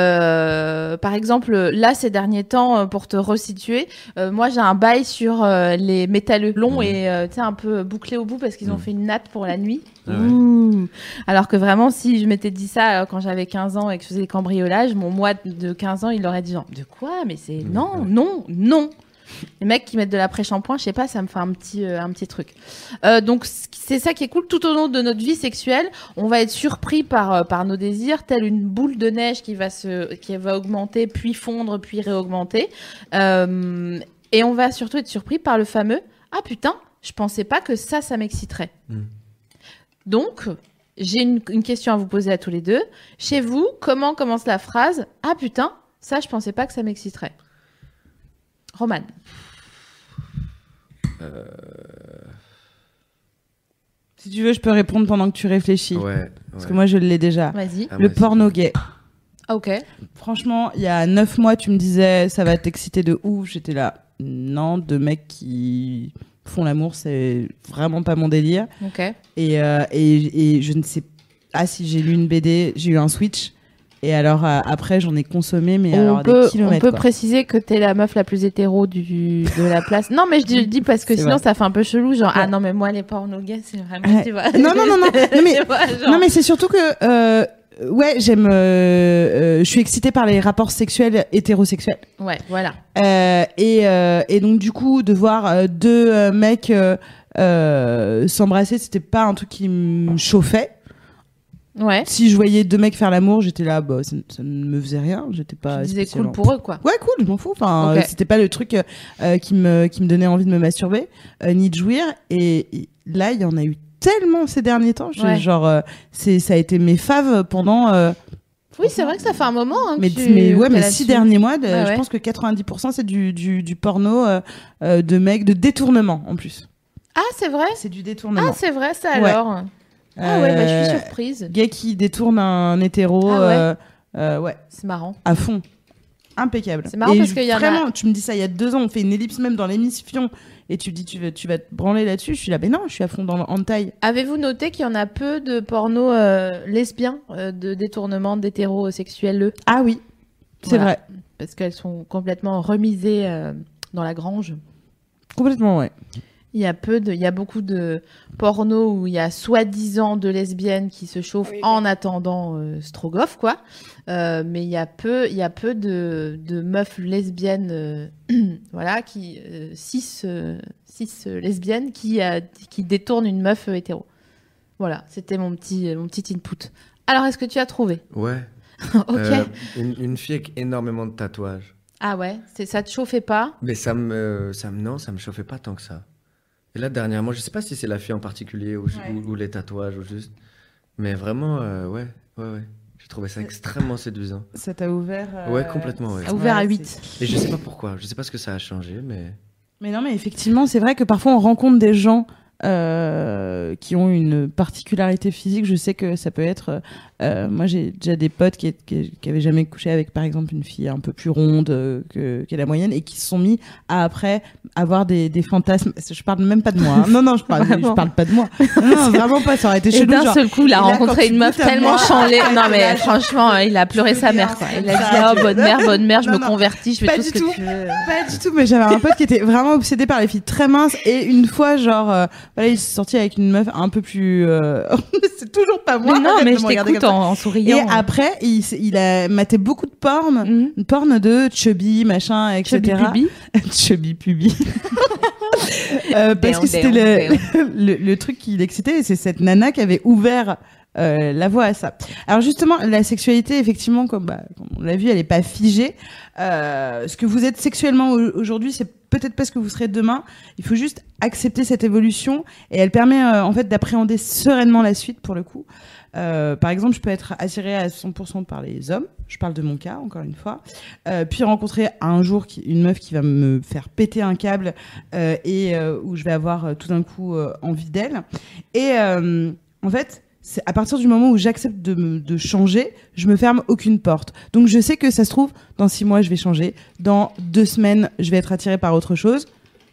A: Euh, par exemple, là, ces derniers temps, euh, pour te resituer, euh, moi, j'ai un bail sur euh, les métalleux longs
C: Mm.
A: et euh, tu sais, un peu bouclés au bout parce qu'ils ont
C: Mm.
A: fait une natte pour la nuit.
C: Ah ouais.
B: Mm.
A: Ouh. Alors que vraiment, si je m'étais dit ça euh, quand j'avais 15 ans et que je faisais des cambriolages, mon moi de 15 ans, il aurait dit genre, de quoi Mais c'est
C: Mm.
A: non, non, non. Les mecs qui mettent de l'après-shampoing, je sais pas, ça me fait un petit, euh, un petit truc. Euh, donc c- c'est ça qui est cool tout au long de notre vie sexuelle. On va être surpris par, euh, par nos désirs, telle une boule de neige qui va, se, qui va augmenter, puis fondre, puis réaugmenter. Euh, et on va surtout être surpris par le fameux Ah putain, je pensais pas que ça, ça m'exciterait.
C: Mm.
A: Donc, j'ai une, une question à vous poser à tous les deux. Chez vous, comment commence la phrase Ah putain, ça, je pensais pas que ça m'exciterait Roman.
B: Si tu veux, je peux répondre pendant que tu réfléchis.
C: Ouais. ouais.
B: Parce que moi, je l'ai déjà.
A: Vas-y.
C: Ah,
B: Le
C: moi, c'est-
B: porno gay.
A: Ah, ok.
B: Franchement, il y a 9 mois, tu me disais, ça va t'exciter de ouf. J'étais là, non, deux mecs qui font l'amour, c'est vraiment pas mon délire.
A: Ok.
B: Et, euh, et, et je ne sais Ah si, j'ai lu une BD, j'ai eu un switch. Et alors, euh, après, j'en ai consommé, mais
A: on
B: alors
A: peut,
B: des kilomètres.
A: on peut
B: quoi.
A: préciser que t'es la meuf la plus hétéro du, de la place. Non, mais je dis, je dis parce que
B: C'est
A: sinon
B: vrai.
A: ça fait un peu chelou, genre ah
B: Ouais.
A: non mais moi les pornos gays c'est vraiment
B: Ouais.
A: tu vois.
B: Non, non, non, non. Non, mais-
A: Tu vois, genre.
B: Non mais c'est surtout que euh, ouais j'aime euh, euh, je suis excitée par les rapports sexuels hétérosexuels
A: Ouais, voilà.
B: Euh, et, euh, et donc du coup de voir euh, deux euh, mecs euh, euh, s'embrasser c'était pas un truc qui me chauffait
A: Ouais.
B: si je voyais deux mecs faire l'amour j'étais là bah ça, ça ne me faisait rien j'étais
A: Tu
B: pas
A: disais cool
B: Ah, spécialement-
A: pour eux quoi.
B: Ouais, cool, je m'en fous. Enfin,
A: Ok.
B: euh, c'était pas le truc euh, euh, qui me qui me donnait envie de me masturber euh, ni de jouir. Et, et là, il y en a eu tellement ces derniers temps. Je-
A: Ouais.
B: Genre, euh, c'est ça a été mes faves pendant. euh,
A: Oui, c'est vrai que ça fait un moment. Hein, que
B: mais,
A: tu-
B: mais ouais,
A: que
B: mais
A: là-dessus.
B: six derniers mois, de-
A: Ouais, ouais.
B: je pense que 90% c'est du, du du porno euh, euh, de mecs de détournement en plus.
A: Ah c'est vrai.
B: C'est du
A: Ah
B: détournement.
A: c'est vrai ça
B: Ouais.
A: alors. Ah ouais, bah, je suis
B: Euh,
A: surprise.
B: Gay qui détourne un hétéro.
A: Ah ouais.
B: euh, euh, ouais.
A: C'est marrant.
B: à fond. Impeccable.
A: C'est marrant
B: Et
A: parce qu'il y en a-
B: Vraiment, tu me dis ça il y a deux ans, on fait une ellipse même dans l'émission, et tu me dis tu vas, tu vas te branler là-dessus. Je suis là, mais non, je suis à fond dans le hentai.
A: Avez-vous noté qu'il y en a peu de pornos euh, lesbiens euh, de détournement d'hétérosexuels
B: Ah oui, c'est
A: Voilà.
B: vrai.
A: parce qu'elles sont complètement remisées euh, dans la grange.
B: Complètement, ouais.
A: Il y a peu de, il y a beaucoup de porno où il y a soi-disant de lesbiennes qui se chauffent
D: Oui, oui.
A: en attendant euh, Strogoff, quoi. Euh, mais il y a peu, il y a peu de, de meufs lesbiennes, euh, voilà, qui euh, cis, euh, cis, euh, lesbiennes qui euh, qui détournent une meuf euh, hétéro. Voilà, c'était mon petit mon petit input. Alors, est-ce que tu as trouvé
C: Ouais.
A: Ok.
C: Euh, une, une fille avec énormément de tatouages.
A: Ah ouais, c'est ça te chauffait pas
C: Mais ça me, ça me, non, ça me chauffait pas tant que ça. Et là, dernièrement, je sais pas si c'est la fille en particulier ou, ou- ou les tatouages ou juste. Mais vraiment, euh, ouais, ouais, ouais. J'ai trouvé ça extrêmement séduisant.
B: Ça t'a ouvert. euh,
C: Ouais, complètement, ouais.
A: Ça a ouvert à
B: c'est-
A: 8.
C: Et je sais pas pourquoi, je sais pas ce que ça a changé, mais.
B: Mais non, mais effectivement, c'est vrai que parfois on rencontre des gens euh, qui ont une particularité physique. Je sais que ça peut être. euh, moi, j'ai déjà des potes qui, qui, qui avaient jamais couché avec, par exemple, une fille un peu plus ronde euh, que, que la moyenne et qui se sont mis à après avoir des, des fantasmes. Je parle même pas de moi. hein. Non, non, je parle, je
A: Vraiment. Eh
B: parle pas de moi. Non, non, vraiment pas. Ça aurait été
A: Et
B: chelou.
A: d'un
B: genre,
A: seul coup, il a
B: Et là, quand
A: rencontré
B: tu
A: une meuf
B: goûtes à
A: tellement
B: moi,
A: chanlée.
B: t'as
A: Non,
B: été
A: mais
B: là,
A: franchement, il a pleuré
B: te
A: sa
B: dérange,
A: mère, quoi. Il a
B: ça,
A: dit, oh,
B: tu-
A: bonne mère, bonne mère, je
B: Non,
A: me
B: non,
A: convertis, je fais
B: pas
A: tout
B: du
A: ce que
B: tout.
A: tu veux.
B: Pas du tout, mais j'avais un pote qui était vraiment obsédé par les filles très minces et une fois, genre, euh, voilà, il s'est sorti avec une meuf un peu plus. euh, c'est toujours pas moi.
A: Mais non,
B: arrête
A: mais
B: de
A: je
B: me regarder
A: t'écoute
B: comme ça.
A: en, en
B: Et
A: souriant.
B: après, il, s- il a maté beaucoup de porn,
A: Mhm.
B: porn de chubby, machin, etc.
A: Chubby Pubi.
B: Chubby pubi. Euh, parce
A: Damn,
B: que c'était
A: damn,
B: le, le, le truc qui l'excitait, et c'est cette nana qui avait ouvert euh, la voie à ça. Alors justement, la sexualité, effectivement, comme, bah, comme on l'a vu, elle n'est pas figée. Euh, ce que vous êtes sexuellement au- aujourd'hui, c'est peut-être pas ce que vous serez demain. Il faut juste accepter cette évolution et elle permet euh, en fait d'appréhender sereinement la suite pour le coup. Euh, par exemple, je peux être attirée à 100% par les hommes. Je parle de mon cas, encore une fois. Euh, puis rencontrer un jour qui- une meuf qui va me faire péter un câble euh, et euh, où je vais avoir euh, tout d'un coup euh, envie d'elle. Et euh, en fait, c'est à partir du moment où j'accepte de, me- de changer, je me ferme aucune porte. Donc je sais que ça se trouve, dans six mois, je vais changer. Dans deux semaines, je vais être attirée par autre chose.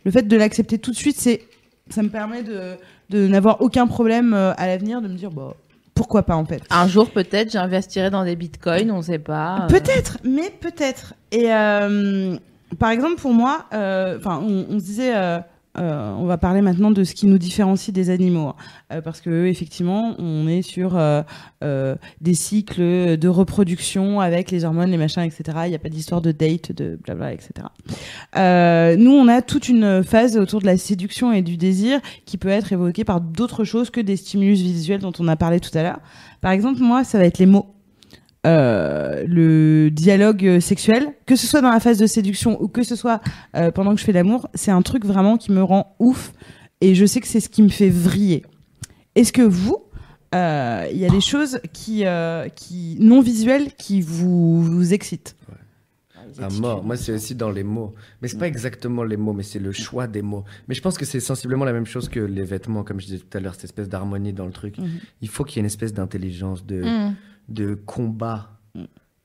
B: Le fait de l'accepter tout de suite, c'est, ça me permet de, de n'avoir aucun problème euh, à l'avenir, de me dire, bah, pourquoi pas en fait.
A: Un jour, peut-être, j'investirai dans des bitcoins, on sait pas. euh.
B: Peut-être, mais peut-être. Et euh, par exemple, pour moi, euh, 'fin, on, on se disait, euh, euh, on va parler maintenant de ce qui nous différencie des animaux, hein. Euh, parce que effectivement, on est sur euh, euh, des cycles de reproduction avec les hormones, les machins, etc. Il n'y a pas d'histoire de date, de blabla, etc. Euh, nous, on a toute une phase autour de la séduction et du désir qui peut être évoquée par d'autres choses que des stimulus visuels dont on a parlé tout à l'heure. Par exemple, moi, ça va être les mots euh, le dialogue euh, sexuel, que ce soit dans la phase de séduction ou que ce soit euh, pendant que je fais l'amour, c'est un truc vraiment qui me rend ouf et je sais que c'est ce qui me fait vriller. Est-ce que vous, euh, il y a des choses qui, euh, qui non visuelles qui vous, vous excitent
C: À mort. Moi, c'est aussi dans les mots. Mais c'est pas exactement les mots, mais c'est le choix des mots. Mais je pense que c'est sensiblement la même chose que les vêtements, comme je disais tout à l'heure, cette espèce d'harmonie dans le truc.
B: Mhm.
C: Il faut qu'il y ait une espèce d'intelligence, de,
A: Mm.
C: de combat,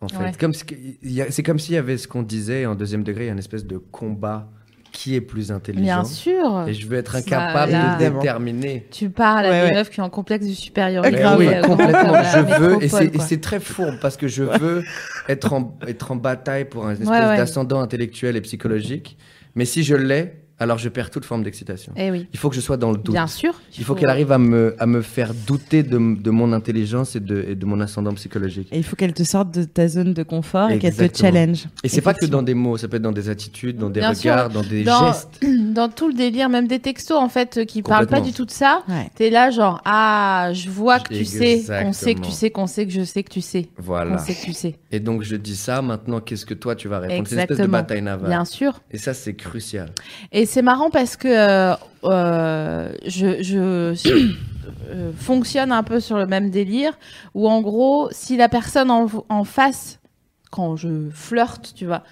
C: en fait.
A: Ouais.
C: Comme ce que- il y a- c'est comme s'il y avait ce qu'on disait en deuxième degré, il y a une espèce de combat qui est plus
A: Bien
C: intelligent.
A: sûr.
C: Et je veux être
A: Ça,
C: incapable
A: là.
C: de déterminer.
A: Tu parles à
B: Ouais,
A: des
B: ouais.
A: meufs qui ont un complexe du supérieur.
B: Euh,
C: Mais
B: grave.
C: oui,
B: Ouais,
C: complètement. Je veux, et c'est- et
A: c'est
C: c'est très fourbe parce que je veux être en, être en bataille pour un espèce
A: Ouais, ouais.
C: d'ascendant intellectuel et psychologique. Mais si je l'ai, alors je perds toute forme d'excitation.
A: Eh oui,
C: Il faut que je sois dans le doute.
A: bien sûr.
C: Il faut qu'elle arrive à me, à me faire douter de, m- de mon intelligence et de, et de mon ascendant psychologique.
B: Et il faut qu'elle te sorte de ta zone de confort et qu'elle te
C: Exactement.
B: challenge.
C: Et c'est pas que dans des mots, ça peut être dans des attitudes, dans des
A: Bien sûr.
C: regards, dans des
A: Dans-
C: gestes.
A: Dans tout le délire, même des textos, en fait, euh, qui parlent pas
C: Complètement.
A: du tout de ça,
B: Ouais.
A: t'es là genre, ah, je vois que tu sais, qu'on
C: Exactement.
A: sait que tu sais, qu'on sait que je sais que tu sais, qu'on
C: Voilà.
A: sait que tu sais.
C: Et donc je dis ça, maintenant qu'est-ce que toi tu vas répondre C'est une espèce de
A: Exactement.
C: bataille navale.
A: Bien sûr.
C: Et ça c'est crucial.
A: Et c'est marrant parce que euh, euh, je, je euh, fonctionne un peu sur le même délire, où en gros, si la personne en, en face, quand je flirte, tu vois,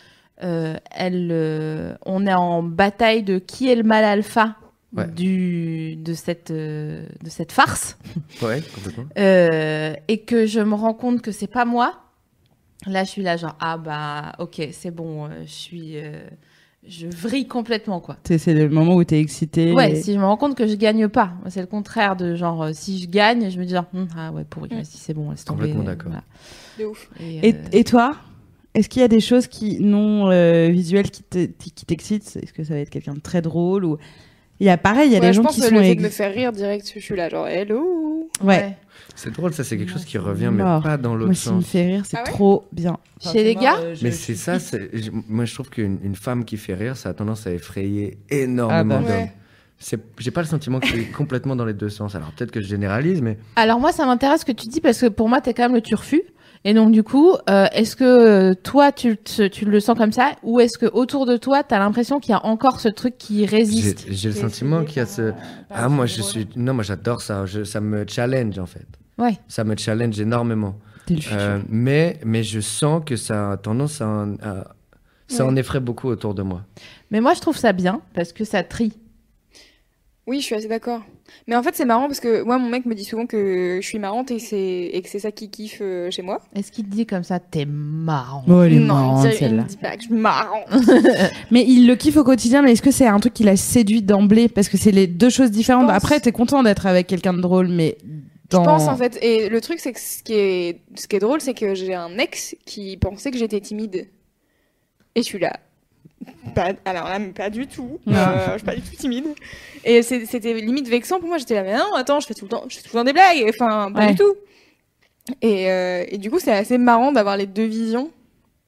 A: euh, elle, euh, on est en bataille de qui est le mal alpha
C: Ouais.
A: du, de, cette, euh, de cette farce.
C: Ouais, complètement.
A: Euh, et que je me rends compte que c'est pas moi, là je suis là genre ah bah ok c'est bon euh, je suis euh, je vrille complètement quoi.
B: C'est- C'est le moment où t'es excité.
A: Ouais,
B: et-
A: si je me rends compte que je gagne pas, Moi, c'est le contraire de genre euh, si je gagne, je me dis genre Hum, ah ouais pourri,
D: Mm.
A: si c'est bon, laisse tomber.
C: Complètement
A: euh,
C: d'accord.
A: voilà.
D: De ouf.
A: Et,
B: Et,
A: euh,
B: et toi est-ce qu'il y a des choses qui non euh, visuelles qui te- qui t'excitent Est-ce que ça va être quelqu'un de très drôle ou il y a pareil, il y a
D: Ouais,
B: des
D: je
B: gens
D: pense
B: qui
D: que
B: sont
D: le fait
B: ex-
D: de me faire rire direct, je suis là genre hello.
B: ouais.
C: C'est drôle, ça, c'est quelque
A: Moi,
C: chose qui
A: c'est
C: revient, mais
B: mort.
C: pas dans l'autre
B: Moi, ça me
C: sens.
B: fait rire, c'est
D: Ah ouais
B: trop bien.
A: Chez les gars
C: Mais c'est ça, c'est- je- moi je trouve qu'une une femme qui fait rire, ça a tendance à effrayer
B: Ah
C: énormément
B: bah.
C: d'hommes.
D: Ouais.
C: C'est- J'ai pas le sentiment que c'est complètement dans les deux sens. Alors peut-être que je généralise, mais
A: Alors moi, ça m'intéresse ce que tu dis parce que pour moi, t'es quand même le turfu. Et donc du coup, euh, est-ce que euh, toi, tu, le- tu le sens comme ça ou est-ce que autour de toi, t'as l'impression qu'il y a encore ce truc qui
C: j'ai
A: résiste
C: j'ai le sentiment qu'il y a ce. Ah, moi je suis. Non, moi j'adore ça. Je- ça me challenge en fait.
A: Ouais.
C: Ça me challenge énormément.
B: T'es le futur.
C: Euh, mais, mais je sens que ça a tendance à. en- à- Ça
D: Ouais.
C: en effraie beaucoup autour de moi.
A: Mais moi, je trouve ça bien parce que ça trie.
D: Oui, je suis assez d'accord. Mais en fait, c'est marrant parce que moi, mon mec me dit souvent que je suis marrante et, c'est... et que c'est ça qui kiffe euh, chez moi.
A: Est-ce qu'il te dit comme ça T'es marrant.
B: Oh, elle est
D: non,
B: marrante,
D: il me dit- il
B: celle-là.
D: me dit pas que je suis marrante.
B: Mais il le kiffe au quotidien, mais est-ce que c'est un truc qui l'a séduit d'emblée Parce que c'est les deux choses différentes.
D: pense.
B: Après, t'es content d'être avec quelqu'un de drôle, mais dans...
D: Je pense en fait. Et le truc, c'est que ce qui est, ce qui est drôle, c'est que j'ai un ex qui pensait que j'étais timide. Et je suis là. Pas- Alors là, mais pas du tout.
B: Non.
D: Euh, je suis pas du tout timide. Et c'est- c'était limite vexant pour moi. J'étais là, mais non, attends, je fais tout le temps, je fais tout le temps des blagues. Enfin, pas
B: Ouais.
D: du tout. Et, euh, et du coup, c'est assez marrant d'avoir les deux visions.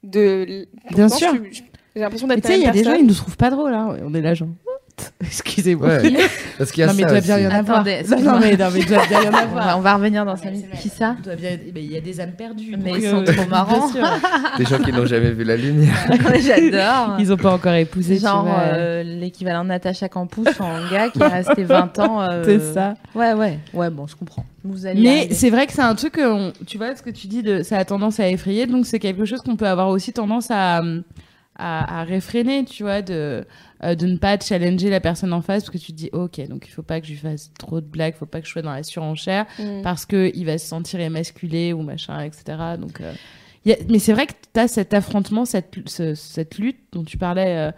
D: De l-
B: Bien
D: pourtant,
B: sûr.
D: je suis- J'ai l'impression
B: Mais
D: d'être
B: tu
D: la
B: sais, il y a
D: même
B: des gens,
D: personne.
B: ils nous trouvent pas drôles. Hein. On est là, genre... what Excusez-moi.
C: Ouais. Parce qu'il y a
B: non, mais
C: ça.
B: il doit
C: aussi.
B: bien y en avoir.
A: Attendez,
B: non,
A: excuse-moi.
B: non, mais, non, mais il doit bien y en
A: On va,
B: avoir.
A: on va revenir dans sa
D: Ouais,
A: minute.
D: c'est
A: Qui ça
B: Il doit bien- mais il y a des âmes perdues.
A: Mais
B: donc, euh,
A: ils sont trop marrants.
B: bien sûr.
C: Des gens qui n'ont jamais vu la lumière.
A: J'adore.
B: Ils ont pas encore épousé,
A: C'est
B: tu
A: genre
B: vois.
A: euh, l'équivalent de Natacha Campouche en gars qui est resté 20 ans. euh,
B: C'est ça.
A: Ouais, ouais. Ouais, bon, je comprends. Vous allez
B: Mais
A: arriver.
B: c'est vrai que c'est un truc, euh, que on- tu vois, ce que tu dis, de, ça a tendance à effrayer, donc c'est quelque chose qu'on peut avoir aussi tendance à, à, à réfréner, tu vois, de, euh, de ne pas challenger la personne en face parce que tu te dis, ok, donc il faut pas que je lui fasse trop de blagues, faut pas que je sois dans la surenchère
D: Mm.
B: parce que il va se sentir émasculé ou machin, etc. Donc, euh, y a- mais c'est vrai que tu as cet affrontement, cette, ce- cette lutte dont tu parlais euh,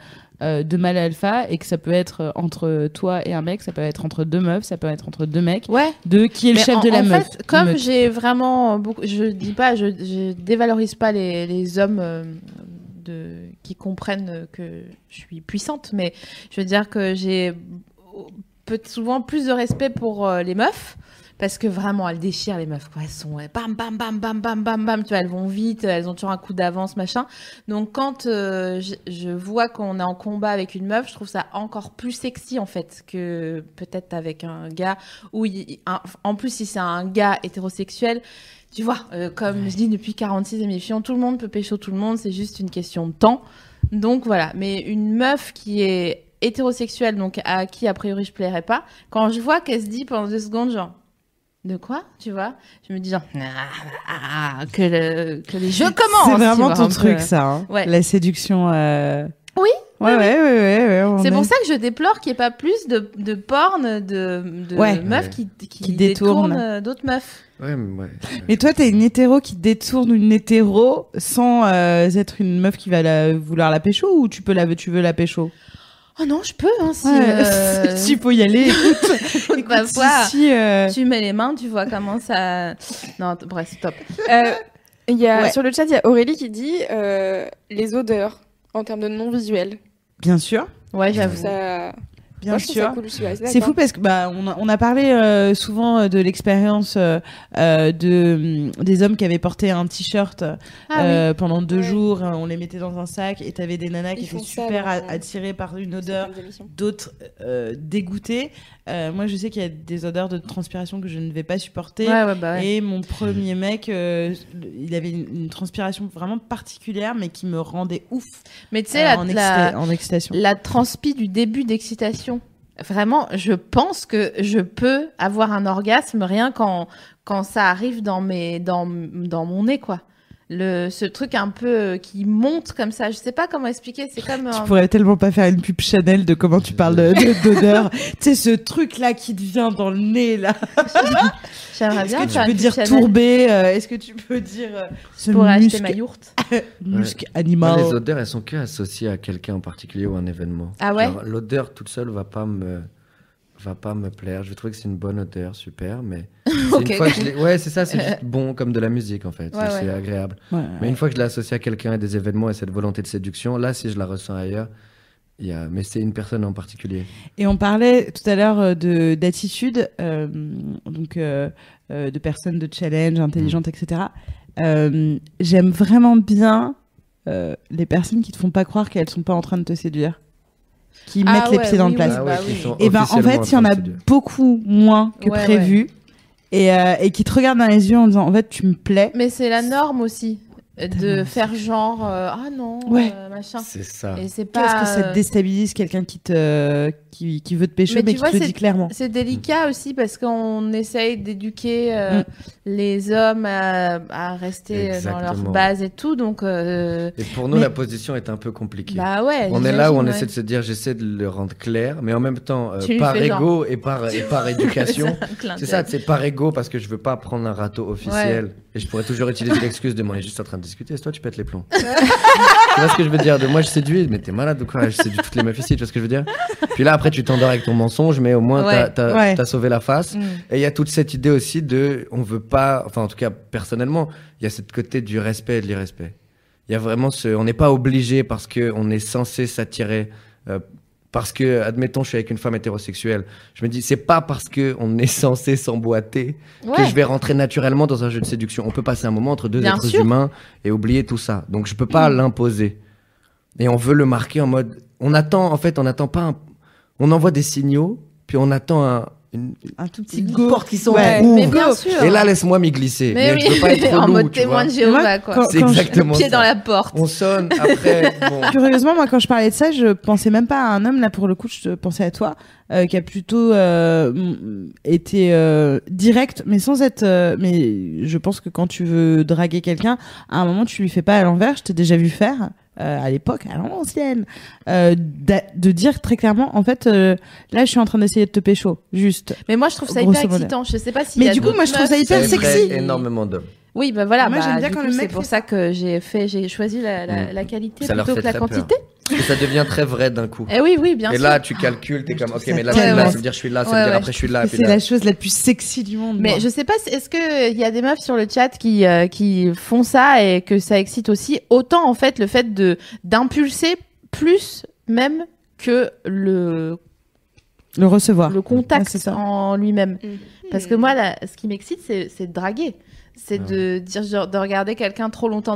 B: euh, de mal alpha et que ça peut être euh, entre toi et un mec, ça peut être entre deux meufs, ça peut être entre deux mecs,
A: Ouais.
B: de qui est le
A: Mais
B: chef
A: en-
B: de la
A: en
B: meuf.
A: fait, comme
B: meute.
A: j'ai vraiment beaucoup, je dis pas, je, je dévalorise pas les, les hommes euh, de, qui comprennent que je suis puissante, mais je veux dire que j'ai peu- souvent plus de respect pour euh, les meufs. Parce que vraiment, elles déchirent les meufs. Quoi. Elles sont euh, bam, bam, bam, bam, bam, bam, bam. Tu vois, elles vont vite, elles ont toujours un coup d'avance, machin. Donc, quand euh, je, je vois qu'on est en combat avec une meuf, je trouve ça encore plus sexy, en fait, que peut-être avec un gars où il- un- en plus si c'est un gars hétérosexuel tu vois euh, comme je dis depuis 46 émissions tout le monde peut pécho tout le monde c'est juste une question de temps donc voilà mais une meuf qui est hétérosexuelle donc à qui a priori je plairais pas quand je vois qu'elle se dit pendant deux secondes genre de quoi tu vois je me dis genre Ah, ah, ah, que le que les jeux commencent
B: C'est
A: tu
B: vraiment
A: vois, un
B: ton
A: peu.
B: truc, ça. hein.
A: Ouais.
B: La séduction. euh,
A: Oui,
B: Ouais, ouais,
A: oui,
B: ouais, ouais, ouais, on
A: c'est
B: est-
A: pour ça que je déplore qu'il n'y ait pas plus de, de porn de, de
B: Ouais.
A: meufs
C: Ouais.
A: qui, qui,
B: Qui détournent.
A: détournent, euh, d'autres meufs.
C: Ouais, mais ouais.
B: Mais toi, t'es une hétéro qui détourne une hétéro sans euh, être une meuf qui va la, vouloir la pécho ou tu peux la, tu veux la pécho
A: Oh non, je peux, hein, si, euh,
B: Si faut y aller, écoute,
D: Bah,
A: faut
B: écoute,
A: pas
B: si,
A: voir.
B: si, euh,
A: Tu mets les mains, tu vois comment ça. Non, t- bref, stop.
D: Euh, il y a,
B: Ouais.
D: Sur le chat, il y a Aurélie qui dit euh, les odeurs en termes de non-visuel.
B: Bien sûr,
A: Ouais,
C: j'avoue.
A: j'avoue.
D: Ça...
B: bien
D: Moi, je trouve ça
B: sûr.
D: cool, je suis assez
B: C'est
D: d'accord.
B: fou parce que bah on a, on a parlé euh, souvent euh, de l'expérience euh, euh, de hum, des hommes qui avaient porté un t-shirt
A: Ah
B: euh, pendant deux
D: Ah Ouais.
B: jours, hein, on les mettait dans un sac et t'avais des nanas qui
D: Ils
B: étaient
D: font ça
B: super
D: dans-
B: a- attirées par une odeur
D: Certaines émissions.
B: d'autres euh, dégoûtés. Euh, moi, je sais qu'il y a des odeurs de transpiration que je ne vais pas supporter.
A: Ouais, ouais, bah ouais.
B: Et mon premier mec, euh, il avait une, une transpiration vraiment particulière, mais qui me rendait ouf
A: Mais tu sais,
B: euh,
A: la,
B: en,
A: la,
B: excita- en excitation.
A: la transpi du début d'excitation. Vraiment, je pense que je peux avoir un orgasme rien quand, quand ça arrive dans, mes, dans, dans mon nez, quoi. Le, ce truc un peu euh, qui monte comme ça. Je sais pas comment expliquer. C'est comme. euh,
B: Tu
A: un-
B: pourrais tellement pas faire une pub Chanel de comment tu parles de- de- d'odeur. tu sais, ce truc-là qui te vient dans le nez, là.
A: J'aimerais
B: Est-ce
A: bien
B: que
A: faire
B: tu peux
A: une
B: dire
A: Chanel
B: tourbé euh, Est-ce que tu peux dire euh, ce
A: pour acheter
B: musc,
A: ma yourte.
B: musc
C: Moi,
B: animal
C: les odeurs, elles sont que associées à quelqu'un en particulier ou à un événement.
A: Ah ouais
C: Genre, L'odeur toute seule va pas me va pas me plaire. Je vais trouver que c'est une bonne odeur, super, mais c'est
A: Ok.
C: une fois que je l'ai- ouais, c'est ça, c'est juste bon comme de la musique en fait,
A: Ouais,
C: c'est c'est
A: ouais.
C: agréable.
B: Ouais.
C: Mais une fois que je l'associe à quelqu'un et des événements et cette volonté de séduction, là, si je la ressens ailleurs, il y a... mais c'est une personne en particulier.
B: Et on parlait tout à l'heure euh, de d'attitude, euh, donc euh, euh, de personnes de challenge, intelligentes, etc. Euh, J'aime vraiment bien euh, les personnes qui te font pas croire qu'elles sont pas en train de te séduire, qui
A: Ah
B: mettent les
A: ouais,
B: pieds dans
A: oui,
B: le plat.
A: oui. bah
C: qui sont
B: Et ben en
C: officiellement
B: fait, il y en a
C: train de séduire.
B: beaucoup moins que
A: Ouais, ouais.
B: prévu. Et, euh, et qui te regardent dans les yeux en disant en fait tu me plais
A: Mais c'est la norme aussi euh, de
B: Tellement.
A: faire genre euh, ah non
B: Ouais.
A: euh, machin.
C: C'est ça.
A: Et c'est
B: qu'est-ce
A: pas
B: que ça
A: euh,
B: te déstabilise quelqu'un qui te qui, qui veut te pécho
A: Mais
B: mais,
A: tu
B: qui
A: vois,
B: te le
A: c'est-
B: dit clairement
A: c'est délicat aussi parce qu'on essaye d'éduquer euh,
B: Mm.
A: les hommes à, à rester euh, dans leur
C: Exactement.
A: base et tout donc euh,
C: Et pour nous,
B: Mais-
C: la position est un peu compliquée.
A: bah ouais.
C: on est là où on
A: j'imagine, ouais.
C: essaie de se dire, j'essaie de le rendre clair, mais en même temps, euh,
A: Tu lui
C: par
A: fais genre.
C: ego et par, et par éducation.
A: Un clin
C: C'est
A: d'œil.
C: ça, c'est par ego parce que je veux pas prendre un râteau officiel et je pourrais toujours utiliser l'excuse de moi, on est juste en train de discuter, c'est toi tu pètes les plombs. tu vois ce que je veux dire De moi je séduis, mais t'es malade ou quoi Je séduis toutes les meufs ici, tu vois ce que je veux dire Puis là après tu t'endors avec ton mensonge, mais au moins
A: Ouais.
C: t'as- t'as
B: Ouais.
C: t'as sauvé la face.
A: Mm.
C: Et il y a toute cette idée aussi de, on veut pas, enfin en tout cas personnellement, il y a cette côté du respect et de l'irrespect. Il y a vraiment ce, on n'est pas obligé parce que on est censé s'attirer. euh, parce que, admettons, je suis avec une femme hétérosexuelle. Je me dis, c'est pas parce que on est censé s'emboîter que
A: Ouais.
C: je vais rentrer naturellement dans un jeu de séduction. On peut passer un moment entre deux
A: Bien
C: êtres
A: sûr. Mm.
C: humains et oublier tout ça. Donc je peux pas l'imposer. Et on veut le marquer en mode, on attend en fait, on attend pas, un- on envoie des signaux, puis on attend un, une,
B: un tout petit
C: une
B: go.
C: porte qui s'ouvre.
B: Ouais.
A: Mais bien sûr.
C: Et là, laisse-moi m'y glisser.
A: mais
C: Mais,
A: oui,
C: je veux pas être
A: en
C: relou,
A: mode
C: tu
A: témoin
C: vois.
A: de Jéhovah
B: Moi,
A: quoi.
C: C'est
B: Quand je-
C: exactement
A: Pied
C: ça.
A: dans la porte.
C: On sonne après. bon.
B: Curieusement, moi, quand je parlais de ça, je pensais même pas à un homme. Là, pour le coup, je pensais à toi, euh, qui a plutôt euh, m- été euh, direct, mais sans être. euh, mais je pense que quand tu veux draguer quelqu'un, à un moment, tu lui fais pas à l'envers. Je t'ai déjà vu faire. euh, à l'époque, à l'ancienne, euh, d'a- de dire très clairement, en fait, euh, là, je suis en train d'essayer de te pécho, juste.
A: Mais moi, je trouve ça
B: Grosso
A: hyper
B: modo.
A: excitant. Je sais pas si.
B: Mais du coup, moi, je trouve ça hyper
C: Ça
B: sexy.
C: effraie énormément d'hommes.
A: Oui, bah voilà.
B: Moi,
A: bah,
B: j'aime bien
A: du
B: quand
A: coup,
B: le
A: C'est
B: mec
A: pour
B: fait
A: ça que j'ai fait, j'ai choisi la, la,
C: Mm.
A: la qualité
C: Ça leur
A: plutôt
C: fait
A: que la
C: très peur.
A: quantité.
C: Parce que ça devient très vrai d'un coup.
A: Eh oui, oui, bien
C: Et
A: sûr.
C: là, tu calcules, t'es comme, ok, mais là,
B: Ouais,
C: je suis
A: ouais.
C: là, ça veut dire je suis là, ça
A: Ouais,
C: veut dire
A: ouais.
C: après je suis là. puis
B: C'est
C: là.
B: la chose la plus sexy du monde.
A: Mais
B: moi.
A: je sais pas, est-ce que euh, il y a des meufs sur le chat qui euh, qui font ça et que ça excite aussi autant en fait le fait de d'impulser plus même que le
B: le recevoir.
A: le
B: Ah. Ouais,
A: contact
B: c'est ça. Mm.
A: en lui-même.
D: Mhm.
A: Parce que moi, là, ce qui m'excite, c'est c'est de draguer, c'est
C: Ah
A: de dire genre, de regarder quelqu'un trop longtemps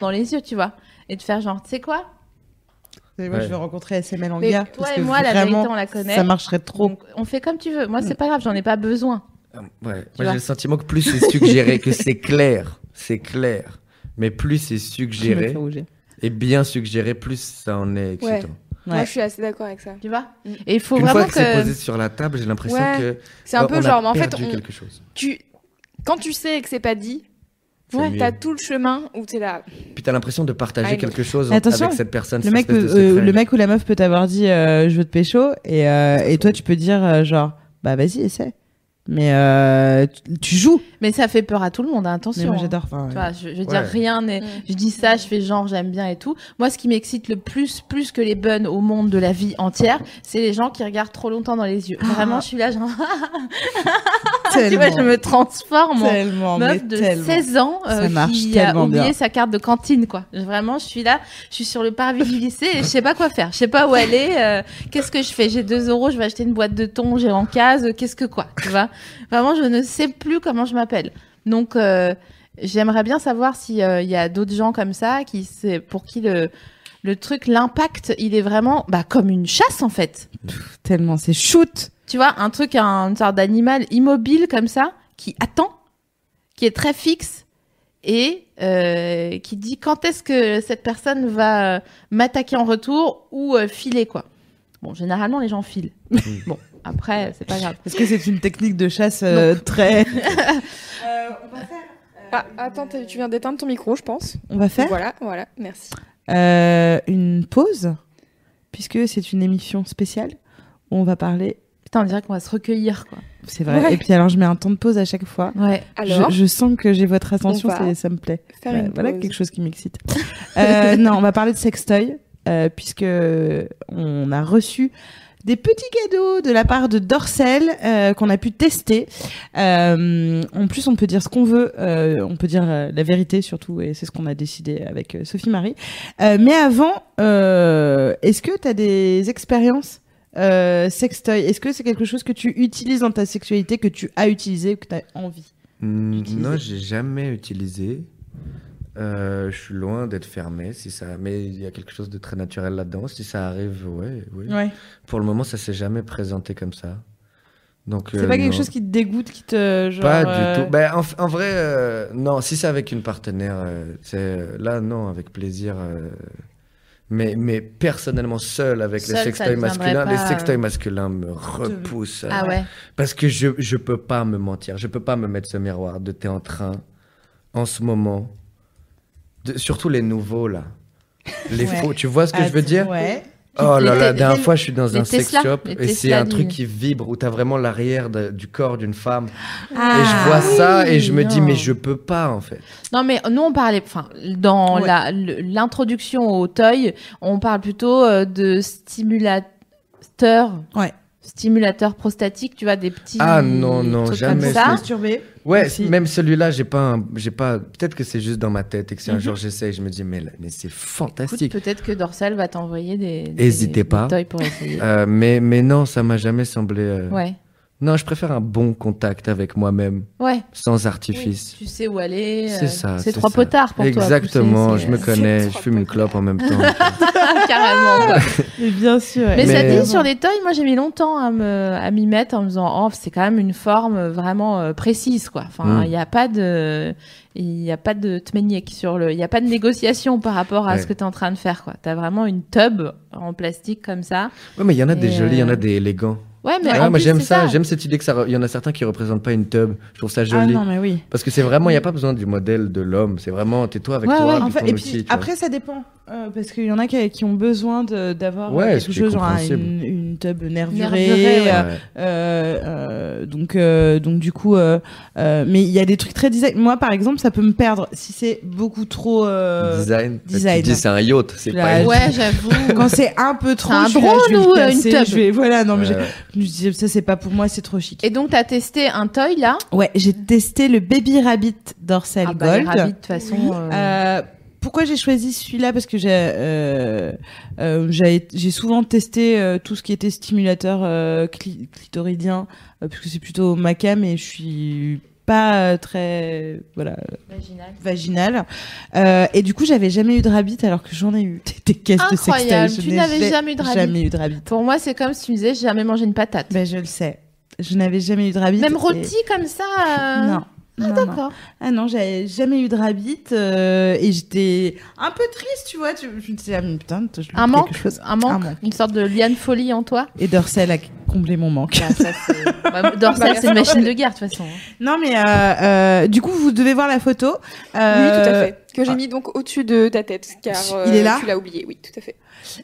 A: dans les yeux, tu vois, et de faire genre, tu sais quoi
B: Et moi, je veux rencontrer SML en
A: Mais
B: gars.
A: toi
B: parce
A: et
B: que
A: moi, la
B: vraiment,
A: vérité, on la connaît.
B: Ça marcherait trop.
A: Donc, on fait comme tu veux.
B: Mm.
A: Moi, c'est pas grave, j'en ai pas besoin.
C: ah, Ouais.
A: Tu
C: Moi,
A: vois.
C: j'ai le sentiment que plus c'est suggéré, que c'est clair, c'est clair, mais plus c'est
B: Je vais me
C: suggéré
B: faire rougir.
C: et bien suggéré, plus ça en est excitant.
D: Ouais. Moi,
B: Ouais.
D: je suis assez d'accord avec ça.
A: Tu vois
D: Mm.
A: Et il faut
C: Une
A: vraiment
C: fois que, c'est
A: que-
C: posé sur la table, j'ai l'impression
D: Ouais.
C: que
D: C'est un
B: Bah,
C: euh, on
D: peu
C: a
D: genre, mais en fait,
C: perdu
D: on-
C: quelque chose.
D: tu... quand tu sais que c'est pas dit,
C: C'est
D: ouais,
C: mieux.
D: t'as tout le chemin où t'es là.
C: Puis t'as l'impression de partager
D: Ah,
C: quelque chose
B: Attention,
C: avec cette personne.
B: Le
C: cette
B: mec, peut-
C: espèce de
B: euh,
C: secret.
B: le mec ou la meuf peut t'avoir dit euh, je veux te pécho et, euh, et toi tu peux dire euh, genre bah vas-y essaie mais euh, tu, tu joues
A: Mais ça fait peur à tout le monde, hein,
B: mais
A: attention.
B: moi
A: hein.
B: j'adore
A: Tu
B: enfin, ouais.
A: vois, je, je veux dire,
C: Ouais.
A: rien n'est. Je dis ça, je fais genre, j'aime bien et tout. Moi, ce qui m'excite le plus, plus que les buns au monde de la vie entière, c'est les gens qui regardent trop longtemps dans les yeux. Vraiment, Ah, je suis là, genre, tu vois, je me transforme en
B: tellement
A: meuf
B: mais
A: de
B: tellement.
A: 16 ans euh,
B: Ça marche
A: qui a
B: tellement
A: oublié
B: bien.
A: sa carte de cantine, quoi. Je- Vraiment, je suis là, je suis sur le parvis du lycée et je sais pas quoi faire. Je sais pas où aller. euh, Qu'est-ce que je fais J'ai 2 euros, je vais acheter une boîte de thon, j'ai en case. euh, Qu'est-ce que quoi Tu vois Vraiment, je ne sais plus comment je m'appelle. Donc, euh, j'aimerais bien savoir s'il y a d'autres gens comme ça qui, c'est- pour qui le, le truc, l'impact, il est vraiment bah, comme une chasse en fait
B: tellement c'est shoot
A: tu vois, un truc, un, une sorte d'animal immobile comme ça, qui attend, qui est très fixe et euh, qui dit quand est-ce que cette personne va euh, m'attaquer en retour ou euh, filer, quoi. Bon, généralement, les gens filent. bon, après, c'est pas grave.
B: parce que c'est une technique de chasse euh, très
D: Ah, attends, t'as- tu viens d'éteindre ton micro, je pense.
B: on va faire
D: Voilà, voilà, merci.
B: euh, une pause puisque c'est une émission spéciale où on va parler
A: Putain, on dirait qu'on va se recueillir, quoi.
B: c'est vrai
D: Ouais.
B: et puis alors je mets un temps de pause à chaque fois
A: Ouais.
D: Alors,
B: je, je sens que j'ai votre attention
D: On va
B: c'est- ça me plaît
D: faire
B: Ouais,
D: une
B: Bah, voilà
D: pause.
B: quelque chose qui m'excite. Euh, non, on va parler de sextoy, euh, puisque on a reçu des petits cadeaux de la part de Dorsel euh, qu'on a pu tester. Euh, en plus, on peut dire ce qu'on veut, euh, on peut dire euh, la vérité surtout, et c'est ce qu'on a décidé avec euh, Sophie Marie. Euh, mais avant, euh, est-ce que tu as des expériences euh, sextoy Est-ce que c'est quelque chose que tu utilises dans ta sexualité, que tu as utilisé ou que tu as envie
C: Hmm,
B: Utilisé.
C: Non, j'ai jamais utilisé. Euh, je suis loin d'être fermé, si ça. Mais il y a quelque chose de très naturel là-dedans. Si ça arrive, ouais, oui.
B: Ouais.
C: Pour le moment, ça s'est jamais présenté comme ça. Donc.
B: C'est
C: euh,
B: pas quelque
C: non.
B: chose qui te dégoûte, qui te genre,
C: Pas du
B: euh,
C: tout. Ben, en, f- en vrai, euh, non. Si c'est avec une partenaire, euh, c'est euh, là, non, avec plaisir. euh, mais, mais personnellement, seul avec
A: Seul,
C: les
A: ça
C: sextoys
A: deviendrait
C: masculins, les
A: pas, euh,
C: sextoys masculins me repoussent.
A: Ah ouais.
C: Parce que je je peux pas me mentir, je peux pas me mettre ce miroir de t'es en train en ce moment. De- surtout les nouveaux là. Les
B: Ouais.
C: faux, tu vois ce que je veux
B: Attends,
C: dire
B: ouais.
C: Oh
A: Ah, Les
C: là
A: te-
C: là, la dernière
A: les-
C: fois je suis dans
A: les
C: un sex
A: Tesla,
C: shop
A: les
C: et c'est
A: Tesla
C: un truc
A: du-
C: qui vibre où t'as vraiment l'arrière de- du corps d'une femme et je vois ça et je me dis
A: Ah non.
C: mais je peux pas en fait.
A: Non, mais nous, on parlait, enfin, dans
B: Ouais.
A: la- le- l'introduction au toy, on parle plutôt euh, de stimulateur.
B: Ouais.
A: Stimulateur prostatique, tu vois, des petits.
C: Ah non, non,
A: trucs
C: jamais
A: Comme
C: Mais
A: ça.
C: c'est- Ouais,
B: Aussi.
C: même celui-là, j'ai pas un- j'ai pas peut-être que c'est juste dans ma tête et que si un jour j'essaye, je me dis mais là- mais c'est
A: Mhm. Écoute,
C: fantastique.
A: peut-être que Dorsal va t'envoyer des, des-
C: Hésitez
A: des
C: pas.
A: toys pour essayer.
C: Euh, mais mais non, ça m'a jamais semblé euh,
A: Ouais.
C: Non, je préfère un bon contact avec moi-même,
A: Ouais.
C: sans artifice.
A: Tu sais où aller. euh,
C: C'est ça,
A: C'est
C: c'est
A: trois
C: ça.
A: potards pour toi.
C: Exactement,
A: C'est-
C: je me
A: c'est-
C: connais,
D: c'est
C: je
D: trop
C: fume une clope en même temps.
A: Carrément.
B: Mais bien sûr.
A: Mais, ça
C: Mais- euh,
A: dit, sur les toys, moi j'ai mis longtemps à me à m'y mettre en me disant oh c'est quand même une forme vraiment euh, précise quoi. Enfin
C: Mm.
A: il n'y a pas de il y a pas de tmeniek sur le il y a pas de négociation par rapport à
C: Ouais.
A: ce que tu es en train de faire quoi. T'as vraiment une tub en plastique comme ça.
C: ouais, mais il y en a
A: Et,
C: des jolis, il y en
A: euh,
C: a des élégants.
A: Ouais mais
C: Ouais,
A: en
C: moi
A: plus,
C: j'aime
A: c'est
C: ça, j'aime cette idée que ça. re- Il y en a certains qui représentent pas une tub. Je trouve ça
B: Ah
C: joli.
B: non, mais oui.
C: Parce que c'est vraiment, il n'y a pas besoin du modèle de l'homme. C'est vraiment, t'es toi avec
A: Ouais,
C: toi,
A: ouais,
C: puis
B: En fait,
C: ton
B: et
C: outil,
B: puis
C: tu vois.
B: après, ça dépend. euh, parce qu'il y en a qui, qui ont besoin de- d'avoir euh,
C: Ouais,
B: quelque
C: ce qui est
B: chose, genre un-
C: compréhensible.
B: une, une tub nervurée.
A: Nervurée, ouais.
B: euh,
C: Ouais.
B: euh, euh, donc, euh, donc du coup, euh, euh, mais il y a des trucs très design. Moi, par exemple, ça peut me perdre si c'est beaucoup trop. euh,
C: design.
B: design.
C: Tu dis, c'est un yacht, c'est
B: Là,
C: pas une-
A: Ouais j'avoue.
B: quand c'est un peu trop.
A: un
B: je suis là,
A: drone
B: je vais le
A: ou, euh,
B: casser,
A: une tub
B: je vais- Voilà, non, mais
C: Ouais,
B: j'ai-
C: ouais.
B: je me disais, ça c'est pas pour moi, c'est trop chic.
A: Et donc t'as testé un toy là
B: Ouais, j'ai testé le Baby Rabbit Dorsal
A: Ah bah, les
B: Gold.
A: rabbits, de toute façon. euh,
B: Euh, pourquoi j'ai choisi celui-là Parce que j'ai euh, euh, j'ai j'ai souvent testé euh, tout ce qui était stimulateur euh, cli- clitoridien, euh, parce que c'est plutôt ma cam et je suis pas euh, très voilà
A: vaginal.
B: vaginale. Euh, et du coup, j'avais jamais eu de rabbit alors que j'en ai eu des, des caisses
A: Incroyable,
B: de sextoy. Je
A: tu
B: n'ai
A: n'avais jamais eu de rabbit.
B: Jamais eu de rabbit.
A: Pour moi c'est comme si tu me disais j'ai jamais mangé une patate.
B: Ben, je le sais. Je n'avais jamais eu de rabbit.
A: Même
B: et-
A: rôti comme ça. euh,
B: Non.
A: Ah
B: non, non.
A: d'accord.
B: Ah non, j'avais jamais eu de rabbit euh, et j'étais un peu triste, tu vois. Tu, je me disais, ah, mais putain, je loupe
A: Un manque,
B: quelque chose.
A: un manque,
B: Un manque.
C: Ah,
A: une sorte de liane folie en toi.
B: Et Dorsel a comblé mon manque.
A: Bah, Dorsal, c'est une machine de guerre de toute façon.
B: Non, mais euh, euh, du coup, vous devez voir la photo.
D: Oui, tout à
B: Euh,
D: fait. Que j'ai
B: ah.
D: mis donc au-dessus de ta tête, car
B: Il
D: euh,
B: est là
D: tu l'as oublié. Oui, tout à fait.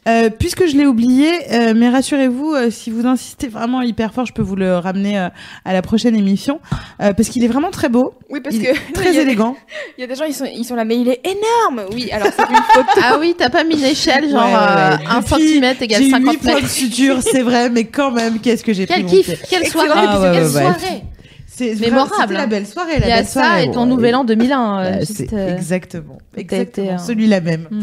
B: euh, puisque je l'ai oublié, euh, mais rassurez-vous, euh, si vous insistez vraiment hyper fort, je peux vous le ramener euh, à la prochaine émission euh, parce qu'il est vraiment très beau,
D: Oui, parce
B: Il
D: que il
B: très
D: y a-
B: élégant.
D: Il y a des gens, ils sont, ils sont là, mais il est énorme. Oui, alors c'est une photo.
A: Ah oui, t'as pas mis l'échelle, genre
B: Ouais, ouais, ouais.
A: 1
B: Depuis,
A: cm égale
B: J'ai eu 8
A: 50
B: points de
A: mètres.
B: suture, c'est vrai, mais quand même, qu'est-ce que j'ai pris
A: Quel
B: mon pied.
A: kiff, quelle
D: Excellent
A: soirée,
B: épisode. Ah ouais,
A: quelle
B: ouais, ouais.
A: soirée.
B: C'est c'est
A: Mémorable,
B: vrai, C'était
A: hein.
B: la belle soirée, la
A: Il y a
B: belle
A: ça
B: soirée.
A: et
B: bon,
A: ton
B: ouais.
A: nouvel an 2001. euh,
B: Bah,
A: juste,
B: c'est
A: euh,
B: exactement,
A: été
B: exactement
A: un-
B: celui-là même.
A: hmm.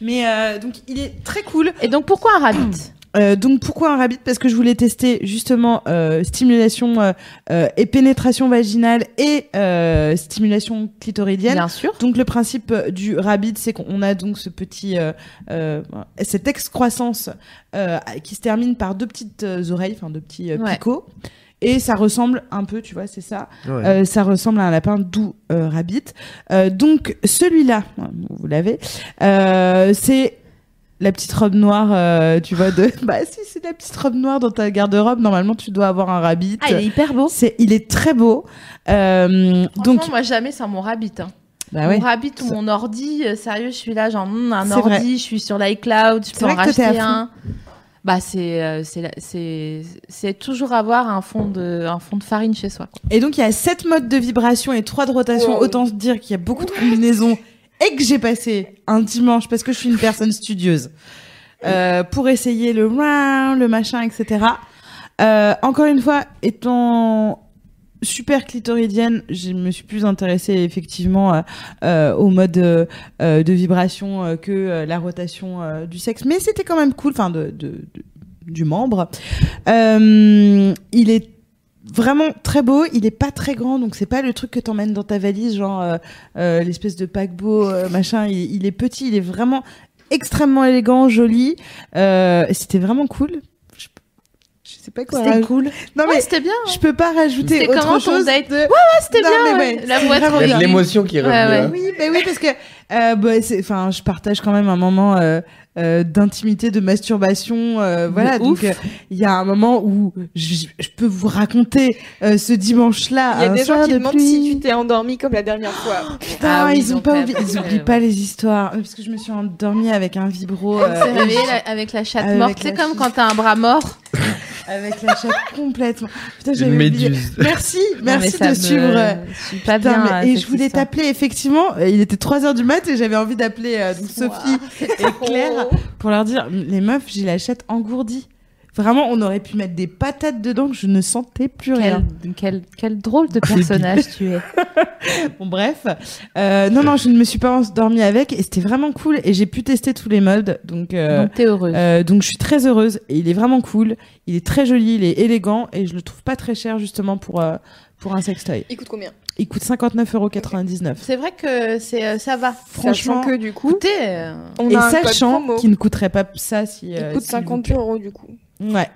B: Mais euh, donc il est très cool.
A: Et donc pourquoi un rabbit
B: Euh, donc pourquoi un rabbit Parce que je voulais tester justement euh, stimulation euh, euh, et pénétration vaginale et euh, stimulation clitoridienne.
A: Bien sûr.
B: Donc le principe euh, du rabbit, c'est qu'on a donc ce petit, euh, euh, cette excroissance euh, qui se termine par deux petites euh, oreilles, enfin deux petits euh,
A: Ouais.
B: picots, et ça ressemble un peu, tu vois, c'est ça.
C: Ouais.
B: Euh, ça ressemble à un lapin doux euh, rabbit. Euh, donc celui-là, ouais, vous l'avez, euh, c'est la petite robe noire, euh, tu vois, de... bah si c'est la petite robe noire dans ta garde-robe, normalement tu dois avoir un rabbit.
A: Ah, il est hyper beau.
B: C'est, il est très beau. Euh,
A: Donc
B: donc,
A: moi jamais sans mon rabbit. hein.
B: bah ouais.
A: Mon rabbit ou
B: Ça-
A: mon ordi, euh, sérieux, je suis là, genre hmm, un
B: C'est
A: ordi,
B: vrai.
A: je suis sur l'iCloud, je
B: C'est
A: peux en
B: vrai que toi, t'es
A: racheter
B: à fond.
A: un. Bah c'est euh, c'est la- c'est c'est toujours avoir un fond de un fond de farine chez soi.
B: Et donc il y a sept modes de vibration et trois de rotation.
D: Wow.
B: Autant se dire qu'il y a beaucoup de combinaisons et que j'ai passé un dimanche parce que je suis une personne studieuse euh, pour essayer le round, le machin, etc. Euh, encore une fois, étant super clitoridienne, je me suis plus intéressée effectivement euh, euh, au mode euh, euh, de vibration euh, que euh, la rotation euh, du sexe, mais c'était quand même cool, enfin de, de- de- du membre. Euh, il est vraiment très beau, il est pas très grand, donc c'est pas le truc que t'emmènes dans ta valise, genre euh, euh, l'espèce de paquebot euh, machin. Il, il est petit, il est vraiment extrêmement élégant, joli. Euh, c'était vraiment cool. Je, je sais pas quoi.
A: C'était
B: raj-
A: cool.
B: Non
A: Ah Ouais,
B: mais
A: c'était bien. hein.
B: je peux pas rajouter
A: C'était
B: autre
A: comment ton
B: chose.
A: date
B: de-
A: Ah, c'était
B: Non,
A: bien.
B: mais
A: ouais.
B: ouais,
A: La
B: c'était
A: voix trop
B: vraiment
C: Il y
B: bien.
C: a de
A: aiguë.
C: l'émotion qui est revenue.
A: ouais.
C: hein.
B: Oui, mais oui, parce que euh, bah, c'est- enfin, je partage quand même un moment euh, euh, d'intimité, de masturbation, euh, voilà.
A: De
B: Donc
A: ouf.
B: euh, il y a un moment où je, je peux vous raconter euh, ce dimanche-là,
D: Il y a
B: un
D: des gens
B: soir
D: qui
B: de
D: demandent
B: pluie.
D: si tu t'es endormi comme la dernière fois.
B: Putain,
A: Ah oui,
B: ils ont
A: donc
B: pas
A: t'as
B: oublié,
A: appris,
B: ils oublient
A: euh,
B: pas les histoires. Euh, Parce que je me suis endormie avec un vibro,
D: Ah,
B: euh,
A: Elle s'est réveillée la- avec la chatte
B: Avec
A: morte. C'est
B: la
A: comme
B: chatte.
A: quand t'as un bras mort.
B: avec la chatte complètement. Putain, j'avais
C: Une
B: oublié.
C: hein. méduse.
B: Merci, merci de
A: me-
B: suivre. euh,
A: Je suis pas
B: Putain,
A: Ah bien. hein.
B: mais-
A: à
B: et
A: cette
B: je voulais
A: histoire.
B: t'appeler effectivement. euh, Il était 3h du mat et j'avais envie d'appeler euh, donc Sophie et Claire pour leur dire les meufs, j'ai la chatte engourdie. Vraiment, on aurait pu mettre des patates dedans que je ne sentais plus rien.
A: Quel, quel, quel drôle de personnage tu es.
B: Bon, bref. Euh, non, non, je ne me suis pas endormie avec et c'était vraiment cool et j'ai pu tester tous les modes. Donc, euh,
A: Donc t'es heureuse.
B: euh, donc je suis très heureuse et il est vraiment cool. Il est très joli, il est élégant et je le trouve pas très cher justement pour, euh, pour un sextoy.
D: Il coûte combien
B: Il coûte 59,99€.
A: C'est vrai que c'est euh, ça va.
B: Franchement,
D: Sachant que du coup,
A: Écoutez, euh,
D: on
B: et
D: a un code
B: sachant
D: promo.
B: qu'il ne coûterait pas ça si.
D: Il
B: euh,
D: coûte
B: si vous-
D: 50 euros du coup.
B: Ouais.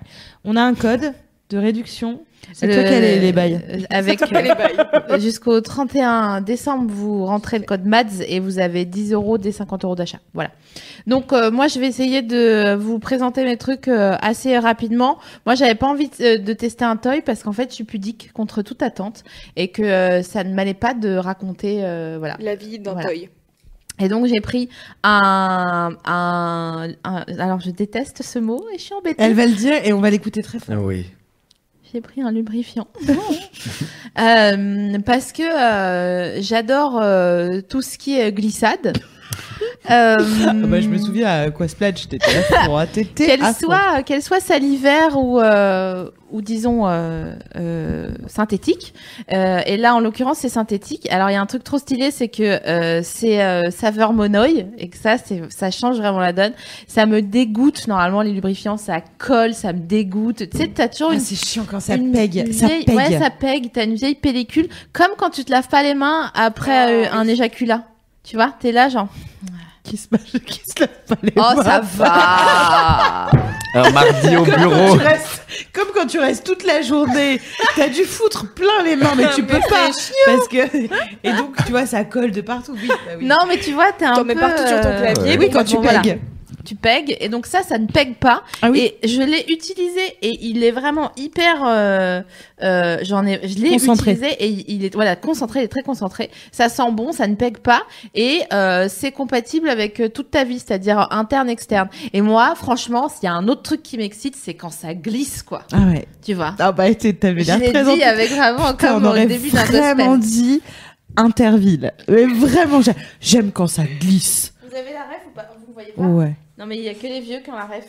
B: On a un code de réduction. C'est
A: le-
B: toi qui as les, les bails.
A: euh, Avec euh,
D: Elle est baille.
A: jusqu'au 31 décembre, vous rentrez le code MADS et vous avez 10 euros des 50 euros d'achat. Voilà. Donc euh, moi, je vais essayer de vous présenter mes trucs euh, assez rapidement. Moi, j'avais pas envie de, euh, de tester un toy parce qu'en fait, je suis pudique contre toute attente et que euh, ça ne m'allait pas de raconter. euh, voilà.
D: La vie d'un
A: Voilà.
D: toy.
A: Et donc j'ai pris un, un, un- alors je déteste ce mot et je suis embêtée.
B: Elle va le dire et on va l'écouter très fort.
C: Ah oui.
A: J'ai pris un lubrifiant. Euh, parce que euh, j'adore euh, tout ce qui est glissade. Euh,
B: Ah bah, je me souviens à quoi Splash, t'étais là pour t'étais
A: Qu'elle
B: à fond.
A: soit, qu'elle soit salivaire ou, euh, ou disons euh, euh, synthétique. Euh, et là, en l'occurrence, c'est synthétique. Alors, il y a un truc trop stylé, c'est que euh, c'est euh, saveur monoï et que ça, c'est, ça change vraiment la donne. Ça me dégoûte. Normalement, les lubrifiants, ça colle, ça me dégoûte. Tu sais, t'as toujours
B: Ah,
A: une
B: c'est chiant quand ça
A: une
B: pègue, ça
A: vieille-
B: pègue.
A: Ouais, ça pègue. T'as une vieille pellicule, comme quand tu te laves pas les mains
D: Ah,
A: après euh,
D: oui.
A: un éjaculat. Tu vois, t'es là genre,
B: Qui se, qui se lave pas les
A: oh
B: mains.
A: ça va.
C: Un mardi au
B: Comme quand
C: bureau.
B: tu restes- Comme quand tu restes toute la journée, t'as dû foutre plein les mains, mais tu peux pas. Parce que... Et donc, tu vois, ça colle de partout. Oui, bah oui.
A: non mais tu vois, t'es un
D: T'en
A: peu.
D: mets partout sur ton
A: euh,
C: Ouais.
D: clavier.
B: Oui, quand tu
A: bon,
B: pègues.
A: voilà. Tu pègues et donc ça, ça ne pègue pas.
B: Ah oui.
A: Et je l'ai utilisé et il est vraiment hyper. euh, euh, J'en ai, je l'ai
B: Concentré.
A: utilisé et il- il est voilà concentré, il est très concentré. Ça sent bon, ça ne pègue pas et euh, c'est compatible avec euh, toute ta vie, c'est-à-dire interne, externe. Et moi, franchement, s'il y a un autre truc qui m'excite, c'est quand ça glisse, quoi.
B: Ah ouais.
A: Tu vois.
B: Ah bah, t'es- t'avais
A: Je
B: l'air
A: l'ai
B: très
A: dit avec vraiment
B: Putain,
A: Oh, comme
B: on
A: au
B: aurait
A: début d'un
B: vraiment
A: gospel.
B: dit Interville. Mais vraiment, j'ai- j'aime quand ça glisse.
A: Vous avez la ref ou pas Vous voyez pas
B: Ouais.
A: Non mais il y a que les vieux qui ont la ref.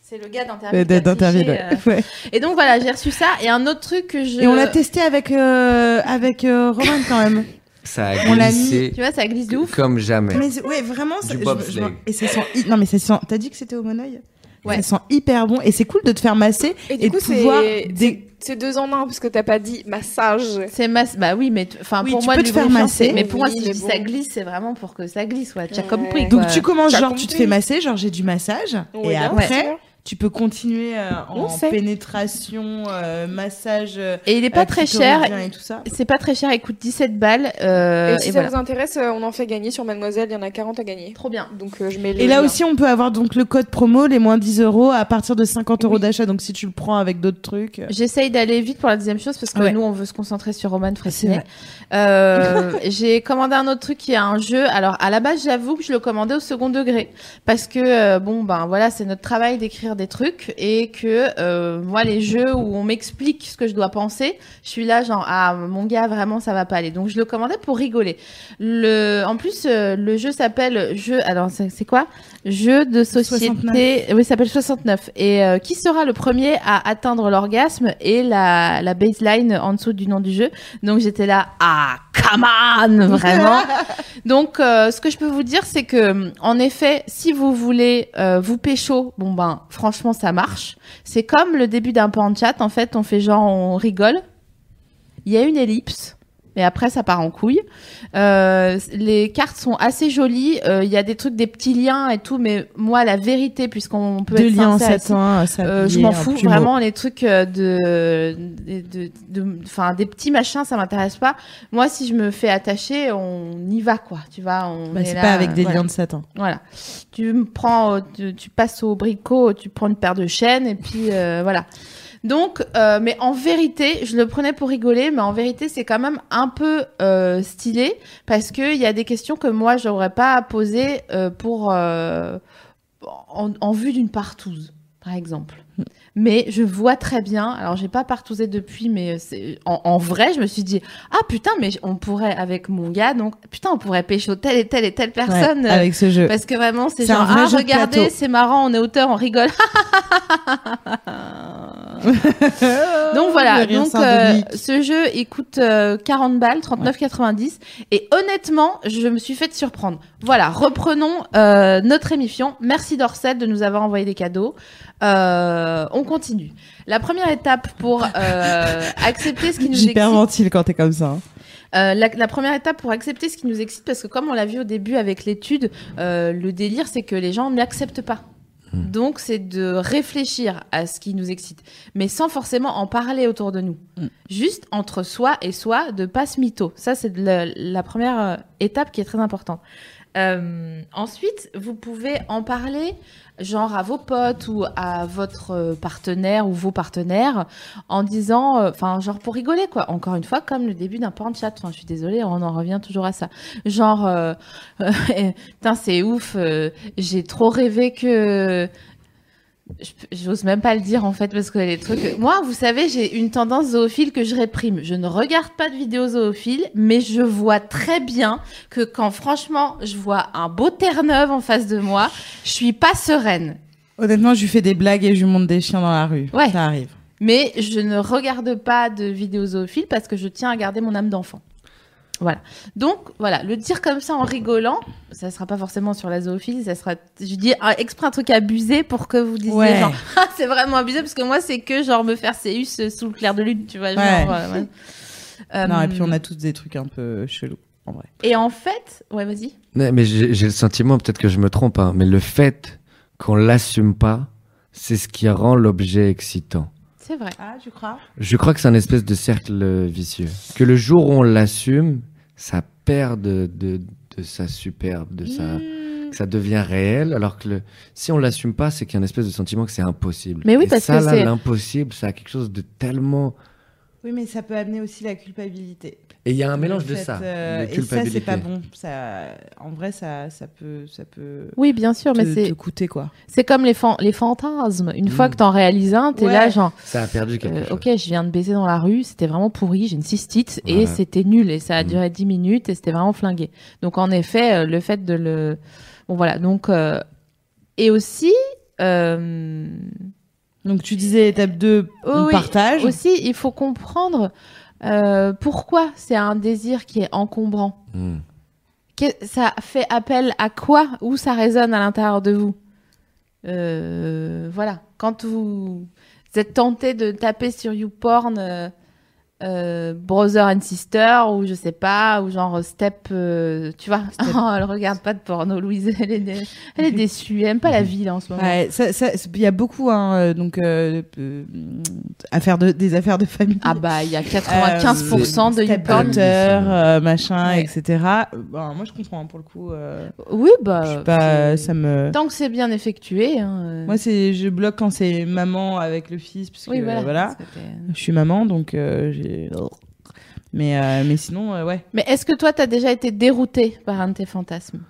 A: C'est le gars
B: Euh,
A: d'interville. qui a
B: D'interville.
A: figé,
B: ouais.
A: euh,
B: Ouais.
A: Et donc voilà, j'ai reçu ça. Et un autre truc que je.
B: Et on l'a testé avec euh, avec euh, Roman quand même.
C: Ça a
B: On l'a mis-
C: glissé
A: Tu vois, ça glisse de ouf.
C: comme jamais.
B: mais c'est- ouais, vraiment. ça-
C: Du
B: je-
C: bobsleigh.
B: je- et ça sent. hi- Non mais ça sent. T'as dit que c'était au monoeil.
A: Ouais.
B: Ça sent hyper bon et c'est cool de te faire masser
D: Et
B: et,
D: du coup,
B: de pouvoir.
D: c'est
B: dé-
D: c'est deux en un parce que t'as pas dit massage.
A: C'est masse. Bah oui, mais t- enfin
B: Oui,
A: pour
B: tu
A: moi,
B: peux
A: le
B: te faire
A: lubrifiant,
B: masser.
A: c'est- Mais pour moi,
D: Oui,
A: si je
D: mais
A: dis
D: bon.
A: ça glisse, c'est vraiment pour que ça glisse. Ouais, tu as
D: Ouais.
A: compris.
B: Donc
A: quoi.
B: tu commences
D: T'as
B: genre tu te
D: compris.
B: fais masser, genre j'ai du massage et
D: Ouais,
B: après
D: bien sûr.
B: tu peux continuer euh,
D: On
B: en
D: sait.
B: pénétration, euh, massage. euh,
A: Et il est pas
B: euh,
A: très
B: clitoridien
A: cher.
B: et tout ça.
A: C'est pas très cher. Il coûte 17 balles. euh,
D: et si
A: et
D: ça
A: voilà.
D: vous intéresse, euh, on en fait gagner sur Mademoiselle. Il y en a 40 à gagner.
A: Trop bien.
D: Donc euh, je mets le
B: Et là
D: lien.
B: aussi, on peut avoir donc le code promo, les moins 10 euros, à partir de 50 euros
D: Oui.
B: d'achat. Donc si tu le prends avec d'autres trucs. euh,
A: J'essaye d'aller vite pour la deuxième chose parce que
B: Ouais.
A: nous on veut se concentrer sur Roman
B: C'est
A: Fressinet.
B: vrai.
A: Euh, j'ai commandé un autre truc qui est un jeu. Alors à la base j'avoue que je le commandais au second degré parce que euh, bon ben voilà c'est notre travail d'écrire des trucs et que euh, moi les jeux où on m'explique ce que je dois penser, je suis là genre ah mon gars vraiment ça va pas aller. Donc je le commandais pour rigoler. Le en plus euh, le jeu s'appelle jeu alors c'est c'est quoi Jeu de société.
B: 69.
A: Et- oui, ça s'appelle 69. Et euh, qui sera le premier à atteindre l'orgasme et la, la baseline en dessous du nom du jeu. Donc j'étais là, ah, come on, vraiment. Donc euh, ce que je peux vous dire, c'est que en effet, si vous voulez euh, vous pécho, bon ben franchement ça marche. C'est comme le début d'un pan chat. En fait, on fait genre, on rigole. Il y a une ellipse. Mais après, ça part en couille. Euh, les cartes sont assez jolies. Euh, Il y a des trucs, des petits liens et tout. Mais moi, la vérité, puisqu'on peut
B: Deux
A: être
B: liens en
A: sincère ici,
B: satin, ça
A: euh, je m'en fous vraiment les trucs euh, de, de, de, de- enfin des petits machins, ça m'intéresse pas. Moi, si je me fais attacher, on y va quoi, tu vois. On
B: Bah,
A: est
B: c'est
A: là,
B: pas avec des
A: voilà.
B: liens de satin.
A: Voilà. Tu me prends, euh, tu, tu passes au bricot, tu prends une paire de chaînes et puis euh, voilà. Donc, euh, mais en vérité, je le prenais pour rigoler, mais en vérité, c'est quand même un peu euh, stylé parce que il y a des questions que moi j'aurais pas à poser euh, pour euh, en, en vue d'une partouze, par exemple. Mais je vois très bien. Alors, j'ai pas partousé depuis, mais c'est- en, en vrai, je me suis dit ah putain, mais on pourrait avec mon gars, donc putain, on pourrait pécho telle et telle et telle
B: Ouais,
A: personne. euh,
B: avec ce jeu.
A: parce que vraiment, c'est
B: C'est
A: genre,
B: un vrai
A: ah,
B: jeu de
A: regardez,
B: plateau.
A: c'est marrant, on est auteur, on rigole. Donc voilà,
B: Le rire
A: donc euh,
B: sardonique.
A: ce jeu il coûte euh, 40 balles, 39,90 et honnêtement, je me suis fait surprendre. Voilà, reprenons euh, notre émission. Merci Dorset de nous avoir envoyé des cadeaux. Euh, on continue. La première étape pour euh, accepter ce qui nous excite.
B: J'hyperventile quand t'es comme ça. hein.
A: Euh, la, la première étape pour accepter ce qui nous excite, parce que comme on l'a vu au début avec l'étude, euh, le délire, c'est que les gens n'acceptent pas.
C: Hmm.
A: Donc, c'est de réfléchir à ce qui nous excite, mais sans forcément en parler autour de nous.
B: Hmm.
A: Juste entre soi et soi, de pas se mytho. Ça, c'est de la, la première euh, étape qui est très importante. Euh, ensuite, vous pouvez en parler, genre à vos potes ou à votre euh, partenaire ou vos partenaires, en disant, euh, enfin, genre pour rigoler, quoi. Encore une fois, comme le début d'un porn chat. Enfin, je suis désolée, on en revient toujours à ça. Genre, euh, putain, c'est ouf, euh, j'ai trop rêvé que. je peux- J'ose même pas le dire en fait parce que les trucs. Moi, vous savez, j'ai une tendance zoophile que je réprime. Je ne regarde pas de vidéos zoophiles, mais je vois très bien que quand franchement je vois un beau Terre-Neuve en face de moi, je suis pas sereine.
B: Honnêtement, je lui fais des blagues et je lui monte des chiens dans la rue.
A: Ouais.
B: Ça arrive.
A: Mais je ne regarde pas de vidéos zoophiles parce que je tiens à garder mon âme d'enfant. Voilà. Donc, voilà, le dire comme ça en rigolant, ça sera pas forcément sur la zoophilie, ça sera, je dis ah, exprès un truc abusé pour que vous disiez
B: Ouais.
A: genre, ah, c'est vraiment abusé parce que moi, c'est que genre me faire séus euh, sous le clair de lune, tu vois. genre,
B: Ouais.
A: voilà, ouais. Euh,
B: Non, et puis on a tous des trucs un peu chelous. En vrai.
A: et en fait, ouais, vas-y.
C: Non, mais j'ai j'ai le sentiment, peut-être que je me trompe, hein, mais le fait qu'on l'assume pas, c'est ce qui rend l'objet excitant.
A: C'est vrai.
B: Ah, tu crois
C: Je crois que c'est un espèce de cercle euh, vicieux. Que le jour où on l'assume, ça perd de, de, de sa superbe, de sa,
A: Mm.
C: que ça devient réel. Alors que le, si on l'assume pas, c'est qu'il y a un espèce de sentiment que c'est impossible.
A: Mais oui,
C: Et
A: parce
C: ça,
A: que
C: là,
A: c'est-
C: l'impossible, ça a quelque chose de tellement.
B: Oui, mais ça peut amener aussi la culpabilité.
C: Et il y a un mélange de
B: Cette,
C: ça,
B: euh,
C: de
B: et ça,
C: culpabilité.
B: c'est pas bon. Ça, en vrai, ça, ça peut, ça peut
A: Oui, bien sûr, mais
B: te,
A: c'est,
B: te coûter quoi.
A: c'est comme les, fan- les fantasmes. Une
C: Mm.
A: fois que t'en réalises un, t'es
B: Ouais.
A: là, genre,
C: Ça a perdu quelque
A: Euh,
C: chose.
A: ok, je viens de baiser dans la rue, c'était vraiment pourri, j'ai une cystite et
C: Voilà.
A: c'était nul et ça a
C: Mhm.
A: duré 10 minutes et c'était vraiment flingué. Donc en effet, euh, le fait de le. Bon voilà, donc. euh, Et aussi. euh,
B: Donc tu disais étape 2,
A: oh
B: on
A: oui,
B: partage.
A: Aussi, il faut comprendre euh, pourquoi c'est un désir qui est encombrant.
C: Hmm.
A: Que- Ça fait appel à quoi Où ça résonne à l'intérieur de vous Euh, Voilà. Quand vous êtes tenté de taper sur YouPorn, euh, euh, Brother and Sister, ou je sais pas, ou genre Step, euh, tu vois, Oh, elle regarde pas de porno, Louise, elle est, dé- elle est déçue, elle aime pas la vie là, en ce moment.
B: Mhm. Ouais, ça- ça- il y a beaucoup hein, euh, donc euh, euh, affaires de, des affaires de famille.
A: Ah bah, il y a 95% de
B: Euh,
A: YouPorn.
B: stepdaughter, euh, machin,
A: Ouais.
B: etc. Bon, moi, je comprends hein, pour le coup. euh,
A: Oui, bah.
B: je suis pas,
A: c'est-
B: ça me.
A: Tant que c'est bien effectué. hein, euh,
B: Moi, c'est, je bloque quand c'est maman avec le fils, parce que
A: oui, voilà.
B: voilà.
A: parce que t'es-
B: je suis maman, donc euh, j'ai. Mais euh, mais sinon, euh, ouais.
A: Mais est-ce que toi, t'as déjà été dérouté par un de tes fantasmes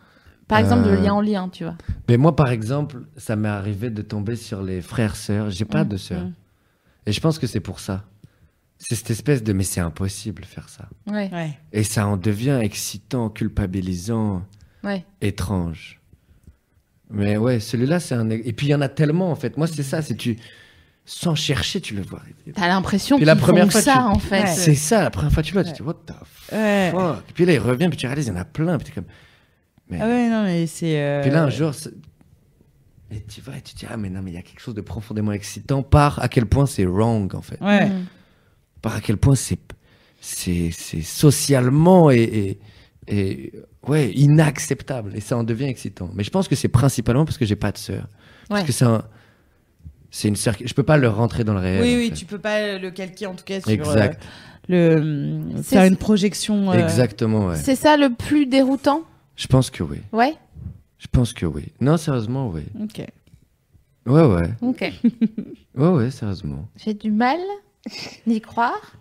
A: Par exemple, le
C: Euh,
A: lien en lien, tu vois.
C: Mais moi, par exemple, ça m'est arrivé de tomber sur les frères-sœurs. J'ai pas
A: Mm,
C: de sœurs.
B: mm.
C: Et je pense que c'est pour ça. C'est cette espèce de mais c'est impossible faire ça.
A: Ouais,
B: ouais.
C: Et ça en devient excitant, culpabilisant,
A: ouais.
C: étrange. Mais ouais, celui-là, c'est un. Et puis il y en a tellement en fait. Moi, c'est ça. C'est tu. Sans chercher, tu le vois.
A: T'as l'impression
C: Puis
A: qu'ils
C: la
A: font
C: première fois,
A: ça,
C: tu-
A: en fait.
B: Ouais.
C: C'est ça, la première fois que tu le vois,
B: Ouais.
C: tu te dis, what the
B: Ouais.
C: fuck. Puis là, il revient, puis tu réalises, il y en a plein. Puis t'es comme. Mais-
B: Ah ouais, non, mais c'est. euh,
C: puis là, un jour, c'est- et tu vas et tu te dis, ah, mais non, mais il y a quelque chose de profondément excitant par à quel point c'est wrong, en fait.
B: Ouais.
A: Mhm.
C: Par à quel point c'est, c'est, c'est socialement et, et, et, ouais, inacceptable. Et ça en devient excitant. Mais je pense que c'est principalement parce que j'ai pas de sœur. Parce
A: Ouais.
C: que c'est un- c'est une sœur, qui- je peux pas le rentrer dans le réel.
B: Oui,
C: en
B: oui,
C: fait.
B: tu peux pas le calquer en tout cas sur
C: Exact.
B: euh, le
A: C'est-
B: faire une projection. euh,
C: Exactement, ouais.
A: C'est ça le plus déroutant
C: Je pense que oui.
A: Ouais
C: Je pense que oui. Non, sérieusement, oui.
B: Ok.
C: Ouais, ouais.
A: Ok.
C: Ouais, ouais, sérieusement.
A: J'ai du mal d'y croire,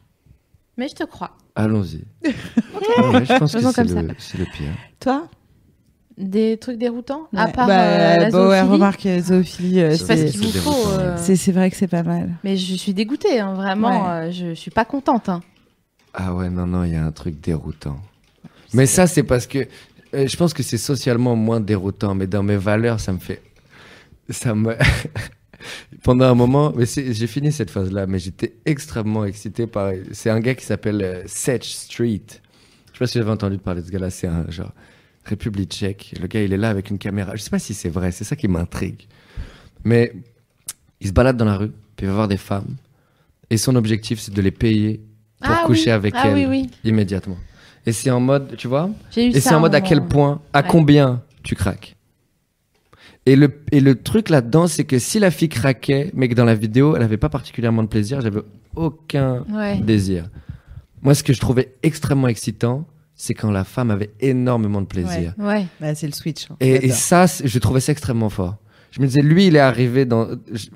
A: mais je te crois.
C: Allons-y. Ouais, ouais, je pense que
A: Faisons
C: c'est
A: comme
C: le- c'est le pire.
B: Toi
A: Des trucs déroutants À
B: Ouais.
A: part
B: Bah,
A: euh, la
B: bah ouais,
A: zoophilie
B: remarque euh, zoophilie, euh,
C: Je
A: Je sais pas ce
B: c'est
C: c'est-
A: qu'il vous
C: c'est
A: faut.
C: déroutant,
A: euh,
B: c'est- c'est vrai que c'est pas mal.
A: Mais je suis dégoûtée, hein, vraiment. euh, je, je suis pas contente. hein.
C: Ah ouais, non, non, il y a un truc déroutant. Mais ça, c'est parce que euh, je pense que c'est socialement moins déroutant, mais dans mes valeurs, ça me fait. Ça me. pendant un moment, mais c'est- j'ai fini cette phase-là, mais j'étais extrêmement excité par. C'est un gars qui s'appelle euh, Seth Street. Je sais pas si vous avez entendu parler de ce gars-là. C'est un genre République tchèque. Le gars, il est là avec une caméra. Je sais pas si c'est vrai. C'est ça qui m'intrigue. Mais il se balade dans la rue, puis il va voir des femmes, et son objectif, c'est de les payer pour
A: Ah oui.
C: coucher avec
A: Ah
C: elles
A: oui, oui.
C: immédiatement. Et c'est en mode, tu vois,
A: J'ai eu ça
C: et c'est
A: un
C: en mode à
A: moment.
C: quel point, à
A: Ouais.
C: combien tu craques. Et le, et le truc là-dedans, c'est que si la fille craquait, mais que dans la vidéo, elle n'avait pas particulièrement de plaisir, j'avais aucun
A: Ouais.
C: désir. Moi, ce que je trouvais extrêmement excitant, c'est quand la femme avait énormément de plaisir.
A: Ouais.
B: Bah, c'est le switch. hein.
C: Et, et
B: J'adore.
C: ça, c'est- je trouvais ça extrêmement fort. Je me disais, lui, il est arrivé dans. je-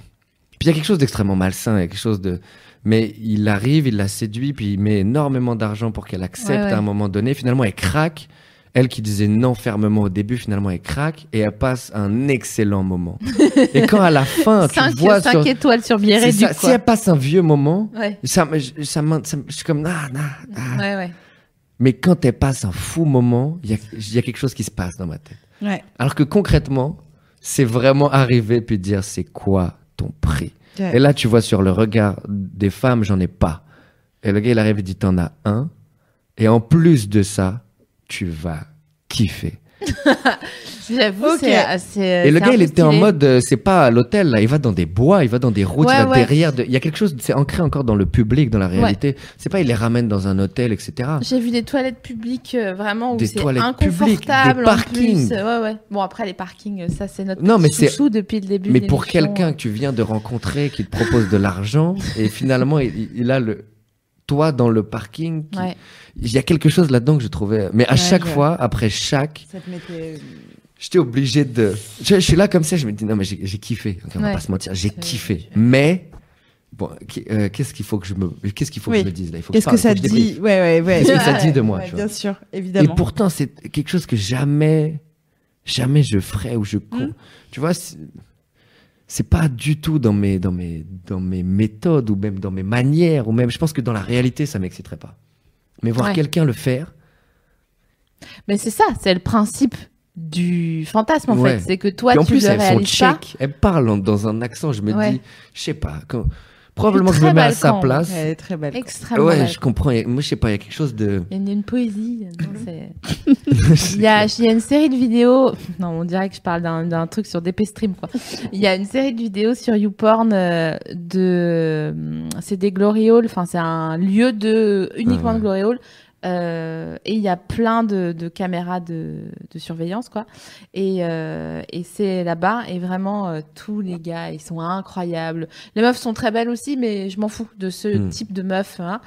C: Puis il y a quelque chose d'extrêmement malsain, il y a quelque chose de. Mais il arrive, il la séduit, puis il met énormément d'argent pour qu'elle accepte
A: Ouais, ouais.
C: à un moment donné. Finalement, elle craque. Elle qui disait non fermement au début, finalement, elle craque et elle passe un excellent moment. et quand à la fin, Ah, tu
A: 5,
C: vois. sur-
A: étoiles sur
C: c'est
A: Biarritz, du
C: ça,
A: coup. hein.
C: si elle passe un vieux moment,
A: Ouais.
C: ça, me- je- ça, me- ça me- je suis comme. Ah, ah, ah.
A: Ouais, ouais.
C: Mais quand elle passe un fou moment, il y a- il y a quelque chose qui se passe dans ma tête.
B: Ouais.
C: Alors que concrètement, c'est vraiment arriver puis dire c'est quoi ton prix.
B: Ouais.
C: Et là, tu vois sur le regard des femmes, j'en ai pas. Et le gars, il arrive et dit t'en as un. Et en plus de ça, tu vas kiffer.
A: J'avoue,
B: Ok.
A: Euh, c'est assez.
C: et le gars, il était en mode, euh, c'est pas à l'hôtel, là. Il va dans des bois, il va dans des routes,
A: Ouais,
C: il va
A: ouais.
C: derrière. de- Il y a quelque chose, c'est ancré encore dans le public, dans la réalité. C'est pas, il les ramène dans un hôtel, etc.
A: J'ai vu des toilettes publiques euh, vraiment où
C: Des
A: c'est
C: toilettes
A: inconfortable.
C: publiques, des
A: en plus.
C: parkings.
A: Ouais, ouais. Bon, après, les parkings, euh, ça, c'est notre
C: Non, mais c'est-
A: sous depuis le début.
C: Mais
A: de
C: pour
A: l'émission.
B: hein.
C: quelqu'un que tu viens de rencontrer, qui te propose de l'argent, et finalement, il, il a le. Toi, dans le parking, qui-
A: Ouais.
C: il y a quelque chose là-dedans que je trouvais. Mais à
B: Ouais,
C: chaque
B: je-
C: fois, après chaque,
B: Ça te mettait. euh,
C: j'étais obligé de. Je, je suis là comme ça, je me dis, non, mais j'ai j'ai kiffé. On va
A: Ouais.
C: pas se mentir, j'ai
A: C'est-
C: kiffé. Mais. Bon, qui- euh, qu'est-ce qu'il faut que je me. Qu'est-ce qu'il faut
B: Oui.
C: que je me dise là Il faut je
B: Qu'est-ce que
C: parle,
B: ça
C: faut je débriefe.
B: dit Ouais, ouais, ouais.
C: Qu'est-ce que
B: Ouais,
C: ça dit de moi
B: ouais,
C: tu vois
B: Bien sûr,
C: et
B: évidemment.
C: pourtant, c'est quelque chose que jamais, jamais je ferais ou
A: Hmm.
C: je. con-
B: Mm.
C: Tu vois, c'est c'est pas du tout dans mes, dans, mes, dans mes méthodes ou même dans mes manières ou même. Je pense que dans la réalité, ça m'exciterait pas. Mais voir
A: Ouais.
C: quelqu'un le faire,
A: Mais c'est ça, c'est le principe du fantasme, en
C: Ouais.
A: fait. C'est que toi,
C: puis en
A: tu
C: plus
A: le
C: elles sont
A: réalises pas.
C: tchèques, elles parlent en- dans un accent. Je me
A: Ouais.
C: dis, je sais pas. Quand... Probablement que je
A: très
C: me mets à
A: balkan,
C: sa
A: ouais.
C: place.
B: Elle est très belle.
A: Extrêmement.
C: Ouais,
A: mal.
C: je Mhm. comprends. Il y a- Moi, je sais pas. Il y a quelque chose de.
A: Il y a une, une poésie. non, c'est- il, y a, il y a une série de vidéos. Non, on dirait que je parle d'un d'un truc sur DP Stream, quoi. Il y a une série de vidéos sur YouPorn euh, de. hum, C'est des Glorioles. Enfin, c'est un lieu de uniquement
C: Ouais, ouais.
A: de Glorioles. Euh, et il y a plein de, de caméras de, de surveillance, quoi. Et, euh, et c'est là-bas. Et vraiment, euh, tous les gars, ils sont incroyables. Les meufs sont très belles aussi, mais je m'en fous de ce
C: Hmm.
A: type de meuf. Hein.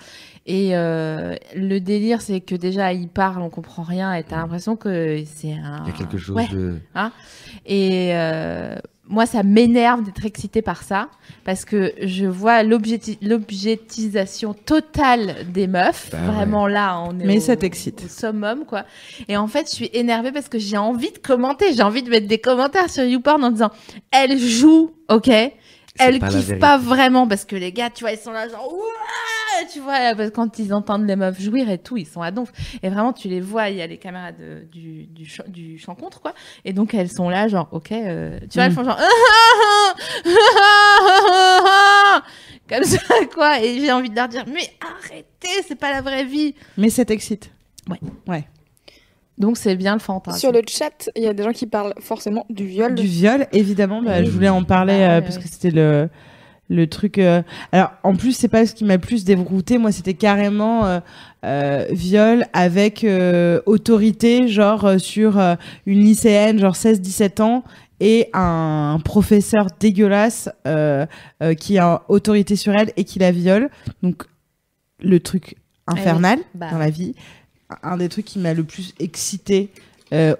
A: Et euh, le délire, c'est que déjà, ils parlent, on comprend rien, et t'as l'impression que c'est un.
C: Hmm. Il y a quelque chose
A: Ouais.
C: de.
A: Et euh, moi, ça m'énerve d'être excitée par ça, parce que je vois l'objecti- l'objectisation totale des meufs.
C: Bah ouais.
A: Vraiment là, on est
B: Mais
A: au,
B: ça t'excite.
A: au summum, quoi. Et en fait, je suis énervée parce que j'ai envie de commenter, j'ai envie de mettre des commentaires sur YouPorn en disant elle joue, ok elle
C: pas la
A: kiffe
C: vérité.
A: pas vraiment parce que les gars, tu vois, ils sont là genre Ouah tu vois, parce que quand ils entendent les meufs jouir et tout, ils sont à donf. Et vraiment, tu les vois, il y a les caméras de- du du ch- du champ contre quoi. Et donc elles sont là genre ok, euh, tu vois,
B: Mm.
A: elles font genre Ah, ah, ah, ah, ah, comme ça quoi. Et j'ai envie de leur dire mais arrêtez, c'est pas la vraie vie.
B: Mais ça t'excite.
A: Donc c'est bien le fantasme.
D: Sur le chat, il y a des gens qui parlent forcément du viol.
B: Du viol, évidemment, bah, je voulais en parler
A: Ah,
B: euh,
A: ouais,
B: parce
A: ouais.
B: que c'était le, le truc. euh, Alors, en plus, c'est pas ce qui m'a le plus dérouté. Moi, c'était carrément euh, euh, viol avec euh, autorité, genre euh, sur euh, une lycéenne, genre 16-17 ans, et un professeur dégueulasse euh, euh, qui a autorité sur elle et qui la viole. Donc, le truc
A: oui.
B: infernal
A: Bah,
B: dans la vie. Un des trucs qui m'a le plus excité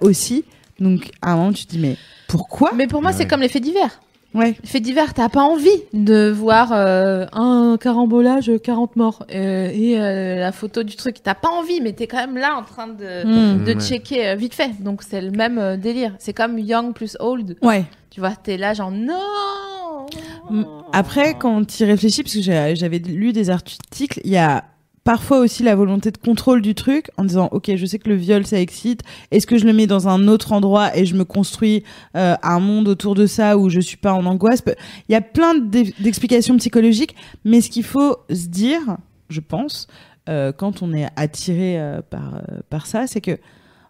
B: aussi. Donc, à un moment, tu te dis, mais pourquoi
A: Mais pour moi,
C: Ah Ouais.
A: c'est comme les faits divers.
B: Ouais.
A: Fait divers, t'as pas envie de voir euh, un carambolage, 40 morts euh, et euh, la photo du truc. T'as pas envie, mais t'es quand même là en train de,
D: Mm.
A: de
C: Ouais.
A: checker euh, vite fait. Donc c'est le même euh, délire. C'est comme young plus old.
B: Ouais.
A: Tu vois, t'es là genre non.
B: Mm. Après, quand tu y réfléchis, parce que j'ai- j'avais lu des articles, il y a pas parfois aussi la volonté de contrôle du truc en disant ok je sais que le viol ça excite est-ce que je le mets dans un autre endroit et je me construis euh, un monde autour de ça où je suis pas en angoisse Pe- il y a plein d'e- d'explications psychologiques mais ce qu'il faut se dire je pense euh, quand on est attiré euh, par euh, par ça c'est que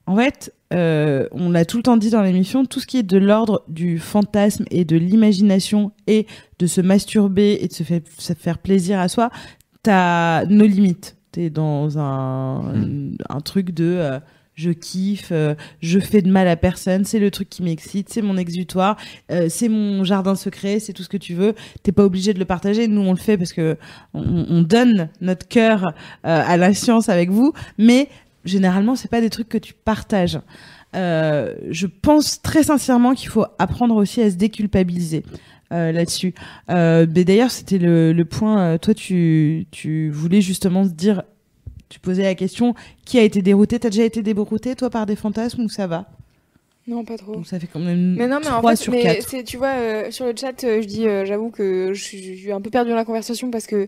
B: en fait euh, on l'a tout le temps dit dans l'émission tout ce qui est de l'ordre du fantasme et de l'imagination et de se masturber et de se fait- se faire plaisir à soi t'as nos limites. T'es dans un, un truc de euh, je kiffe, euh, je fais de mal à personne, c'est le truc qui m'excite, c'est mon exutoire, euh, c'est mon jardin secret, c'est tout ce que tu veux. T'es pas obligé de le partager. Nous, on le fait parce que on, on donne notre cœur euh, à la science avec vous, mais généralement, c'est pas des trucs que tu partages. Euh, je pense très sincèrement qu'il faut apprendre aussi à se déculpabiliser euh, là-dessus. Euh, mais d'ailleurs, c'était le, le point. euh, toi, tu, tu voulais justement se dire, tu posais la question, qui a été dérouté T'as déjà été dérouté toi par des fantasmes ou ça va
D: Non, pas trop.
B: Donc ça fait quand même
D: Oh. Mais non, mais en
B: 3
D: fait,
B: Mm. sur
D: mais
B: 4.
D: c'est- tu vois, euh, sur le chat, euh, je dis, euh, j'avoue que je suis je suis un peu perdue dans la conversation parce que,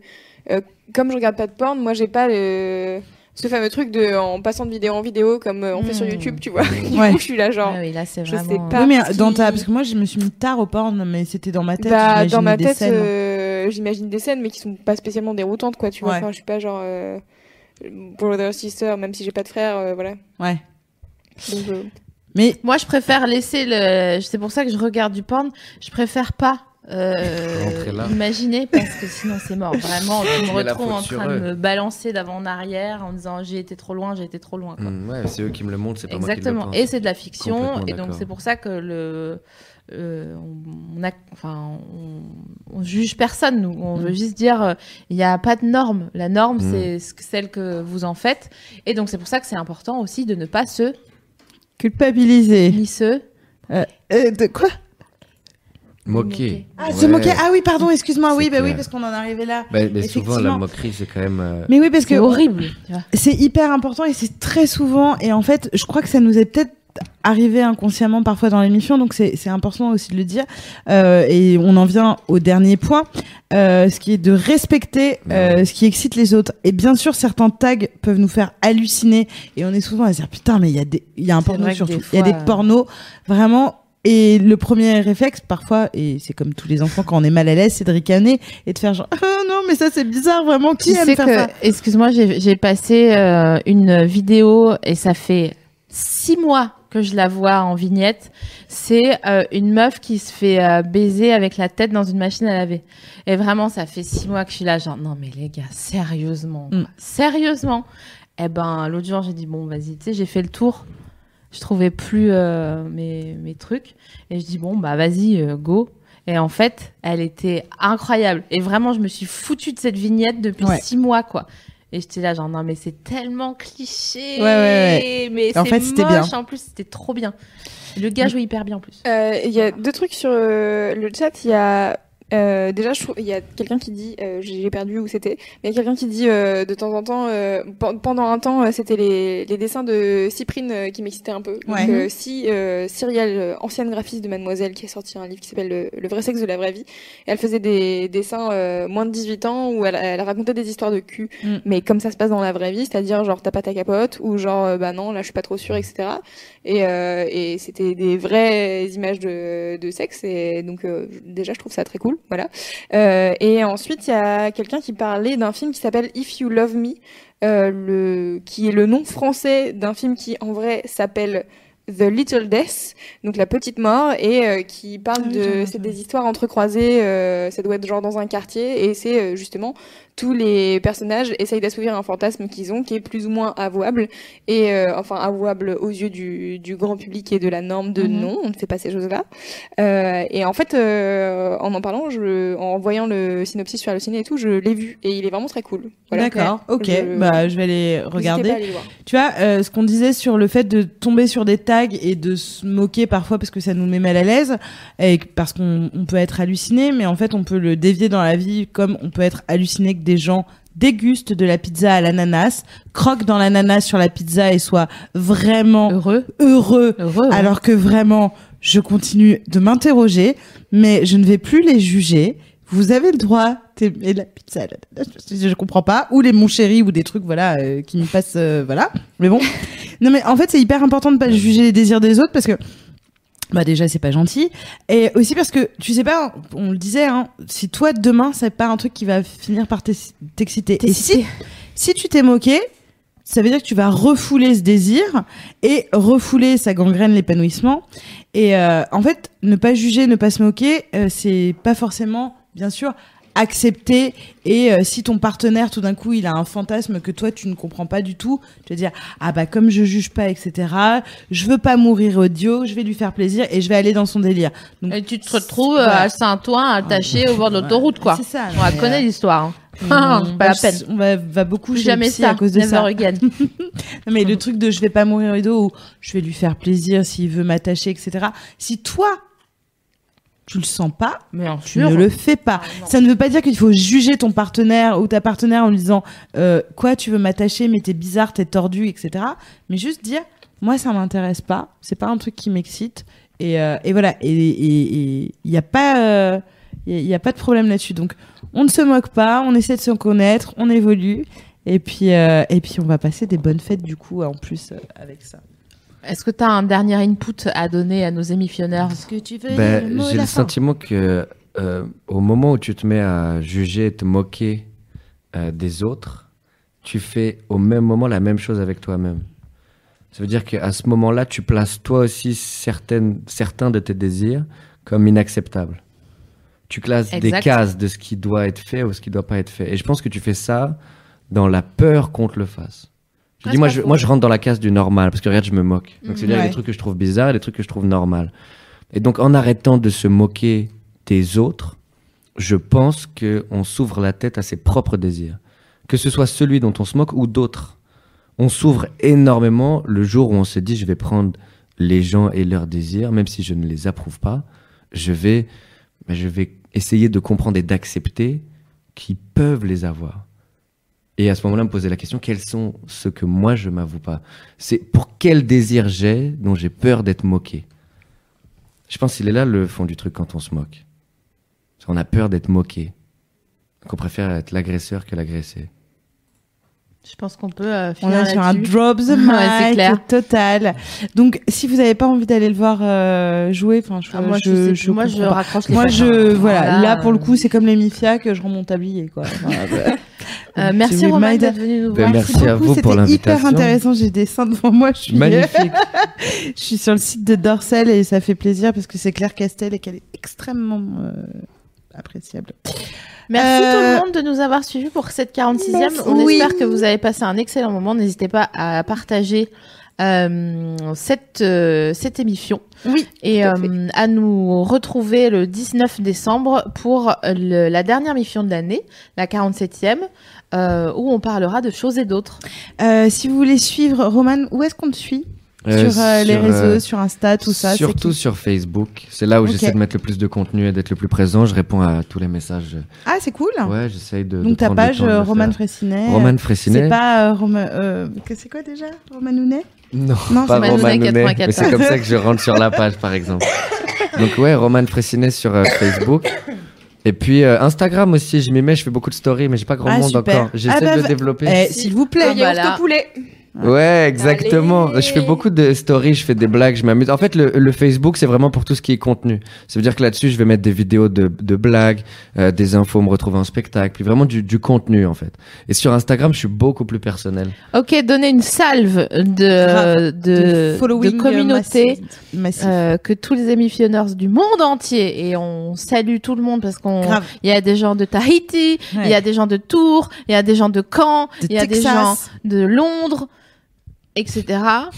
D: euh, comme je regarde pas de porn, moi j'ai pas le- ce fameux truc de en passant de vidéo en vidéo comme euh, on fait sur
A: Hmm.
D: YouTube, tu vois. du
B: Mm. Ouais. Euh,
D: coup, je suis là, genre.
A: Ah oui, là, c'est
D: je sais
A: vraiment.
D: pas.
B: Oui, mais euh,
D: partie-
B: dans ta, parce que moi je me suis mis tard au porn, mais c'était dans ma tête.
D: Bah, dans
B: j'imaginais
D: ma
B: des
D: tête,
B: scènes. hein.
D: euh, j'imagine des scènes, mais qui sont pas spécialement déroutantes, quoi. Tu vois,
B: Ouais.
D: enfin, je suis pas genre euh, brother sister, même si j'ai pas de frère, euh, voilà.
B: Ouais.
D: Donc, euh,
B: Mais
A: Moi, je préfère laisser le. C'est pour ça que je regarde du porn. Je préfère pas. euh,
C: Rentrer là.
A: imaginer parce que sinon c'est mort vraiment je me
C: mets la
A: retrouve
C: faute
A: en
C: sur
A: train de
C: eux.
A: me balancer d'avant en arrière en disant j'ai été trop loin j'ai été trop loin quoi.
C: Mm, ouais, c'est eux qui me le montrent, c'est pas
A: Exactement.
C: moi qui le
A: et
C: pense.
A: c'est de la fiction.
C: Complètement
A: Et donc
C: d'accord.
A: c'est pour ça que le, euh, on, on a, enfin, on, on juge personne. Nous, on veut juste dire, euh, il n'y a pas de norme. La norme,
C: Mm.
A: c'est ce que- celle que vous en faites. Et donc c'est pour ça que c'est important aussi de ne pas se
B: culpabiliser.
A: ni se.
B: Euh, de quoi
C: Moquer.
B: Ah, se
C: Ouais.
B: moquer. Ah oui, pardon, excuse-moi.
C: C'est
B: Oui, bah oui,
C: clair.
B: parce qu'on en est arrivé là.
C: Bah, mais souvent, la
B: Effectivement.
C: moquerie, c'est quand même. euh,
B: Mais oui, parce que
A: C'est horrible. tu vois.
B: C'est hyper important et c'est très souvent. Et en fait, je crois que ça nous est peut-être arrivé inconsciemment parfois dans l'émission, donc c'est c'est important aussi de le dire. Euh, et on en vient au dernier point, euh, ce qui est de respecter euh, ce qui excite les autres. Et bien sûr, certains tags peuvent nous faire halluciner et on est souvent à se dire putain, mais il y a des, il y a un
A: C'est
B: porno
A: vrai que
B: surtout,
A: des
B: il y a
A: fois,
B: des
A: euh,
B: pornos vraiment. Et le premier réflexe, parfois, et c'est comme tous les enfants quand on est mal à l'aise, c'est de ricaner et de faire genre, ah non, mais ça c'est bizarre, vraiment, qui
A: Tu
B: aime
A: sais
B: faire
A: que,
B: ça
A: excuse-moi, j'ai j'ai passé euh, une vidéo et ça fait six mois que je la vois en vignette. C'est euh, une meuf qui se fait euh, baiser avec la tête dans une machine à laver. Et vraiment, ça fait six mois que je suis là, genre non mais les gars, sérieusement,
B: Mm.
A: quoi, sérieusement. Eh ben l'autre jour, j'ai dit bon vas-y, tu sais, j'ai fait le tour. Je trouvais plus euh, mes mes trucs et je dis bon bah vas-y euh, go. Et en fait, elle était incroyable. Et vraiment, je me suis foutue de cette vignette depuis
B: Ouais.
A: six mois, quoi. Et j'étais là, genre, non, mais c'est tellement cliché.
B: Ouais, ouais,
A: Mais
B: En
A: c'est
B: fait, c'était
A: moche.
B: bien.
A: En plus, c'était trop bien. Le gars joue hyper bien, en plus.
D: Euh, Il y a deux trucs sur euh, le chat. Il y a euh, déjà, je trouve, il y a quelqu'un qui dit, euh, j'ai perdu où c'était, mais il y a quelqu'un qui dit euh, de temps en temps, euh, pen- pendant un temps, euh, c'était les, les dessins de Cyprine euh, qui m'excitaient un peu. Donc,
B: Ouais.
D: euh, si euh, Cyrielle, euh, ancienne graphiste de Mademoiselle, qui a sorti un livre qui s'appelle euh, le, Le vrai sexe de la vraie vie, et elle faisait des dessins euh, moins de 18 ans où elle, elle racontait des histoires de cul,
B: Mm.
D: mais comme ça se passe dans la vraie vie, c'est-à-dire genre t'as pas ta capote ou genre euh, bah non là je suis pas trop sûre, etc. Et, euh, et c'était des vraies images de, de sexe. Et donc, euh, je- déjà, je trouve ça très cool. Voilà. Euh, et ensuite, il y a quelqu'un qui parlait d'un film qui s'appelle If You Love Me, euh, le, qui est le nom français d'un film qui, en vrai, s'appelle The Little Death, donc la petite mort, et euh, qui parle
B: Ah oui, j'en ai
D: de,
B: entendu
D: c'est
B: parler.
D: des histoires entrecroisées, euh, ça doit être genre dans un quartier, et c'est euh, justement tous les personnages essayent d'assouvir un fantasme qu'ils ont, qui est plus ou moins avouable, et euh, enfin avouable aux yeux du, du grand public et de la norme de
A: Mhm.
D: non, on ne fait pas ces choses-là. Euh, et en fait, euh, en en parlant, je, en voyant le synopsis sur Allociné et tout, je l'ai vu, et il est vraiment très cool. Voilà.
B: D'accord, ok,
D: Je-
B: bah, je vais aller
D: N'hésitez
B: regarder.
D: pas à aller le voir.
B: Tu vois, euh, ce qu'on disait sur le fait de tomber sur des tags et de se moquer parfois parce que ça nous met mal à l'aise, et que- parce qu'on on peut être halluciné, mais en fait on peut le dévier dans la vie comme on peut être halluciné que des gens dégustent de la pizza à l'ananas, croquent dans l'ananas sur la pizza et soient
D: Euh,
B: vraiment
A: Heureux.
B: heureux,
A: Heureux. hein. ouais.
B: alors que vraiment je continue de m'interroger, mais je ne vais plus les juger. Vous avez le droit t'aimais la pizza à la dada. Je, je- je comprends pas. Ou les mon chéri ou des trucs, voilà, euh, qui me passent, euh, voilà. Mais bon. Non, mais en fait, c'est hyper important de pas juger les désirs des autres parce que. Bah déjà c'est pas gentil et aussi parce que tu sais pas on le disait hein, si toi demain c'est pas un truc qui va finir par t'ex- t'exciter et si si tu t'es moqué ça veut dire que tu vas refouler ce désir et refouler ça gangrène l'épanouissement et euh, en fait ne pas juger ne pas se moquer euh, c'est pas forcément bien sûr accepter et euh, si ton partenaire tout d'un coup il a un fantasme que toi tu ne comprends pas du tout tu vas dire ah bah comme je juge pas etc je veux pas mourir audio je vais lui faire plaisir et je vais aller dans son délire
A: Et tu te retrouves euh,
B: Ouais.
A: à Saint-Ouen, attaché au bord de l'autoroute, quoi.
B: c'est ça
A: On la
B: mais,
A: connaît
B: euh,
A: l'histoire. hein.
B: on-
A: Ah,
B: on
A: pas
B: va
A: la
B: juste- on va, va beaucoup
A: Plus
B: chez le
A: jamais
B: psy
A: ça.
B: à cause de
A: Never
B: ça
A: again.
B: Non, mais le truc de je vais pas mourir rideau ou je vais lui faire plaisir s'il veut m'attacher, etc. Si toi, tu le sens pas,
A: Mais en
B: tu ne le fais pas. ça ne veut pas dire qu'il faut juger ton partenaire ou ta partenaire en lui disant euh, quoi tu veux m'attacher mais t'es bizarre, t'es tordu, etc. Mais juste dire moi ça m'intéresse pas, c'est pas un truc qui m'excite et, euh, et voilà et et- et il n'y a pas euh, il y a pas de problème là-dessus donc on ne se moque pas, on essaie de se connaître, on évolue. Et puis, euh, et puis, on va passer des bonnes fêtes du coup en plus euh, avec ça.
A: Est-ce que tu as un dernier input à donner à nos émissionneurs
B: que tu veux
C: Ben, j'ai le sentiment que euh, au moment où tu te mets à juger et te moquer euh, des autres, tu fais au même moment la même chose avec toi-même. Ça veut dire qu'à ce moment-là, tu places toi aussi certaines, certains de tes désirs comme inacceptables. Tu classes des
A: Exact.
C: cases de ce qui doit être fait ou ce qui doit pas être fait. Et je pense que tu fais ça dans la peur qu'on te le fasse. Tu
A: Ah,
C: dis,
A: c'est
C: moi
A: pas
C: je,
A: faux.
C: moi, je rentre dans la case du normal parce que regarde, je me moque. Donc, c'est-à-dire, il y a
B: Ouais.
C: des trucs que je trouve bizarres et des trucs que je trouve normal. Et donc, en arrêtant de se moquer des autres, je pense que on s'ouvre la tête à ses propres désirs. Que ce soit celui dont on se moque ou d'autres. On s'ouvre énormément le jour où on se dit je vais prendre les gens et leurs désirs, même si je ne les approuve pas. Je vais, ben, je vais essayer de comprendre et d'accepter qu'ils peuvent les avoir. Et à ce moment-là, me poser la question quels sont ceux que moi je m'avoue pas C'est pour quel désir j'ai dont j'ai peur d'être moqué Je pense qu'il est là le fond du truc quand on se moque. Parce qu'on a peur d'être moqué. Qu'on préfère être l'agresseur que l'agressé.
A: Je pense qu'on peut euh,
B: On
A: finir
B: est sur un
A: là-dessus.
B: drop the
A: Ouais,
B: mic
A: c'est clair.
B: total. Donc, si vous n'avez pas envie d'aller le voir euh, jouer, enfin, je,
A: Ah, moi, je, sais
B: je,
A: plus.
B: je
A: moi, je
B: comprends pas.
A: raccroche les
B: Moi,
A: wagons.
B: je voilà.
A: Voilà,
B: là, pour le
A: euh,
B: coup, c'est comme les Mifia que je rends mon tablier, quoi. Voilà, bah.
A: Euh,
B: Donc,
A: merci
B: c'est
A: Romain
B: remind-
A: d'être venu nous
C: Ben,
A: voir.
C: merci à
B: beaucoup,
C: vous pour
B: C'était hyper
C: l'invitation.
B: intéressant. J'ai des seins devant moi. Je suis euh,
C: Magnifique.
B: je suis sur le site de Dorsel et ça fait plaisir parce que c'est Claire Castel et qu'elle est extrêmement euh, appréciable.
A: Merci
B: Euh,
A: tout le monde de nous avoir suivis pour cette 46e.
B: merci.
A: On
B: Oui.
A: espère que vous avez passé un excellent moment. N'hésitez pas à partager euh, cette, euh, cette émission.
B: Oui,
A: Et
D: tout à
A: euh, à nous retrouver le 19 décembre pour le- la dernière émission de l'année, la 47e, euh, où on parlera de choses et d'autres.
B: Euh, si vous voulez suivre Roman, où est-ce qu'on te suit Sur euh, les
C: sur,
B: réseaux,
C: euh,
B: sur Insta, tout ça. c'est
C: Surtout
B: qui
C: sur Facebook. C'est là où
B: Ok.
C: j'essaie de mettre le plus de contenu et d'être le plus présent. Je réponds à tous les messages.
B: Ah, c'est cool.
C: Ouais, j'essaie de. de
B: Donc ta
C: prendre le
B: page
C: temps de le
B: euh, Roman
C: faire.
B: Fressinet.
C: Roman
B: C'est
C: Fressinet.
B: pas euh, Roman. euh, que- c'est quoi déjà Roman Hounet
C: Non,
B: Non,
C: pas
A: c'est
C: Roman
A: Manounet
C: Hounet,
A: 94.
C: Mais c'est comme ça que je rentre sur la page, par exemple. Donc, ouais, Roman Fressinet sur euh, Facebook. Et puis euh, Instagram aussi, je m'y mets, je fais beaucoup de stories, mais j'ai pas grand
B: Ah,
C: monde
B: super.
C: encore. J'essaie
B: Ah, bah, v-
C: de le développer.
B: Eh, S'il vous plaît.
D: Le
A: Ah, voilà.
D: yaourt au poulet.
C: Ouais, exactement.
D: Allez.
C: Je fais beaucoup de stories, je fais des blagues, je m'amuse. En fait, le, le Facebook, c'est vraiment pour tout ce qui est contenu. Ça veut dire que là-dessus, je vais mettre des vidéos de, de blagues, euh, des infos, me retrouver en spectacle, puis vraiment du, du contenu, en fait. Et sur Instagram, je suis beaucoup plus personnel.
A: Ok, donnez une salve de,
B: Grave.
A: de, de
B: following, euh,
A: communauté.
B: massif- massif.
A: euh, que tous les émissionneurs du monde entier et on salue tout le monde parce qu'on
B: Grave.
A: il y a des gens de Tahiti, il
B: Ouais.
A: y a des gens de Tours, il y a des gens de Caen,
B: De
A: il y a des
B: Texas.
A: gens de Londres, etc.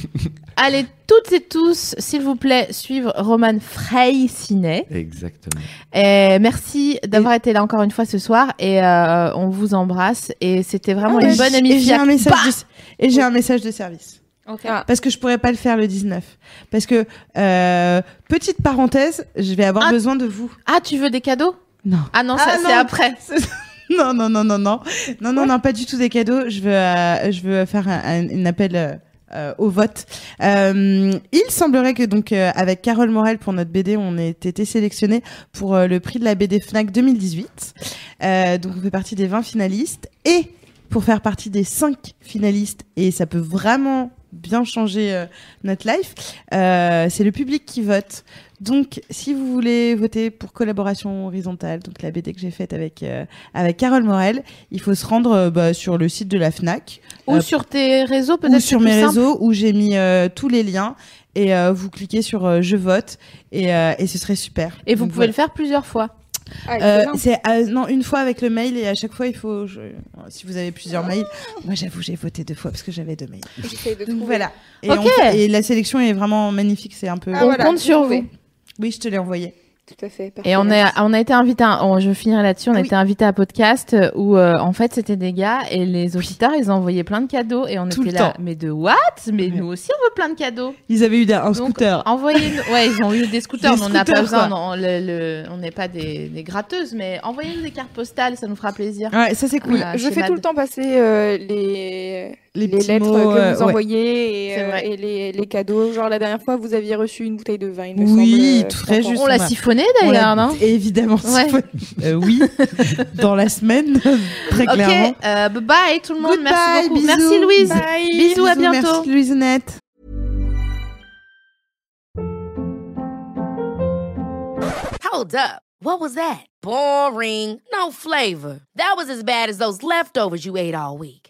A: Allez toutes et tous, s'il vous plaît, suivre Roman Frey Ciné.
C: Exactement.
A: Et merci d'avoir été là encore une fois ce soir et euh, on vous embrasse et c'était vraiment
B: Ah ouais,
A: une bonne Bah
B: et j'ai
A: émission.
B: un message de- Et j'ai un message de service.
D: Ah.
B: Parce que je pourrais pas le faire le 19. Parce que, euh, petite parenthèse, je vais avoir
A: Ah.
B: besoin de vous.
A: Ah, tu veux des cadeaux
B: Non.
A: Ah non,
B: Ah
A: ça c'est
B: non.
A: après.
B: Non, non, non, non, non. Non, non, non, pas du tout des cadeaux. Je veux, euh, je veux faire un, un- un appel euh, euh, au vote. Euh, il semblerait que donc euh, avec Carole Morel pour notre BD, on ait été sélectionné pour euh, le prix de la BD Fnac 2018. Euh, donc on fait partie des 20 finalistes et pour faire partie des 5 finalistes et ça peut vraiment bien changer euh, notre life, euh, c'est le public qui vote. Donc si vous voulez voter pour collaboration horizontale, donc la BD que j'ai faite avec euh, avec Carole Morel, il faut se rendre euh, bah, sur le site de la Fnac
A: Ou
B: Euh,
A: sur tes réseaux,
B: ou
A: peut-être
B: sur
A: c'est plus
B: mes
A: simple.
B: réseaux où j'ai mis euh, tous les liens et euh, vous cliquez sur euh, je vote et, euh, et ce serait super.
A: Et vous
B: Donc,
A: pouvez
B: voilà.
A: le faire plusieurs fois.
D: Ah,
B: Euh,
D: excellent.
B: c'est euh, non une fois avec le mail et à chaque fois il faut je- si vous avez plusieurs mails moi j'avoue j'ai voté deux fois parce que j'avais deux mails
D: J'essaye de
B: donc
D: trouver.
B: voilà et,
A: Ok.
B: on fait- et la sélection est vraiment magnifique c'est un peu
D: Ah,
A: on
D: voilà,
A: compte
D: j'ai
A: sur
D: trouvé.
A: vous.
B: oui je te l'ai envoyé
D: Tout à fait.
A: Et on,
D: parfait.
A: est, on a été invité, à- on- je finirai là-dessus, on a
B: Oui.
A: été invité à un podcast euh, où euh, en fait c'était des gars et les auditeurs ils envoyaient plein de cadeaux et on
B: Tout
A: était
B: le
A: là.
B: temps.
A: Mais de what Mais
B: Ouais.
A: nous aussi on veut plein de cadeaux.
B: ils avaient eu un
A: Donc,
B: scooter
A: Envoyez-nous. Ouais, ils ont eu des scooters,
B: Des
A: mais on n'a pas
B: scooters,
A: besoin.
B: quoi.
A: non, le- le- on n'est pas des, des gratteuses, mais envoyez-nous des cartes postales, ça nous fera plaisir.
B: ouais ça c'est Ah, cool
A: Voilà. un
D: Je fais
A: schéma
D: tout
A: de-
D: le temps passer euh, les,
B: Les
D: les,
B: petits
D: lettres
B: mots,
D: que
B: euh,
D: vous
B: ouais.
D: envoyez et,
A: C'est
D: euh,
A: vrai.
D: et les, les cadeaux. Genre la dernière fois, vous aviez reçu une bouteille de vin. il me
B: Oui,
D: semble, euh,
B: très
D: franchement.
B: juste.
A: on l'a
B: ouais.
A: siphonné
B: On l'a-
A: d'ailleurs, non
B: évidemment si
A: hein. Ouais.
B: faut- Euh, oui dans la semaine très
A: Ok,
B: clairement
A: euh, bye bye tout le monde, merci
B: Goodbye,
A: beaucoup.
B: bisous.
A: Merci Louise.
B: Bye.
A: Bisous, à bientôt.
B: Merci Louisenette.
E: Hold up. What was that? Boring. No flavor. That was as bad as those leftovers you ate all week.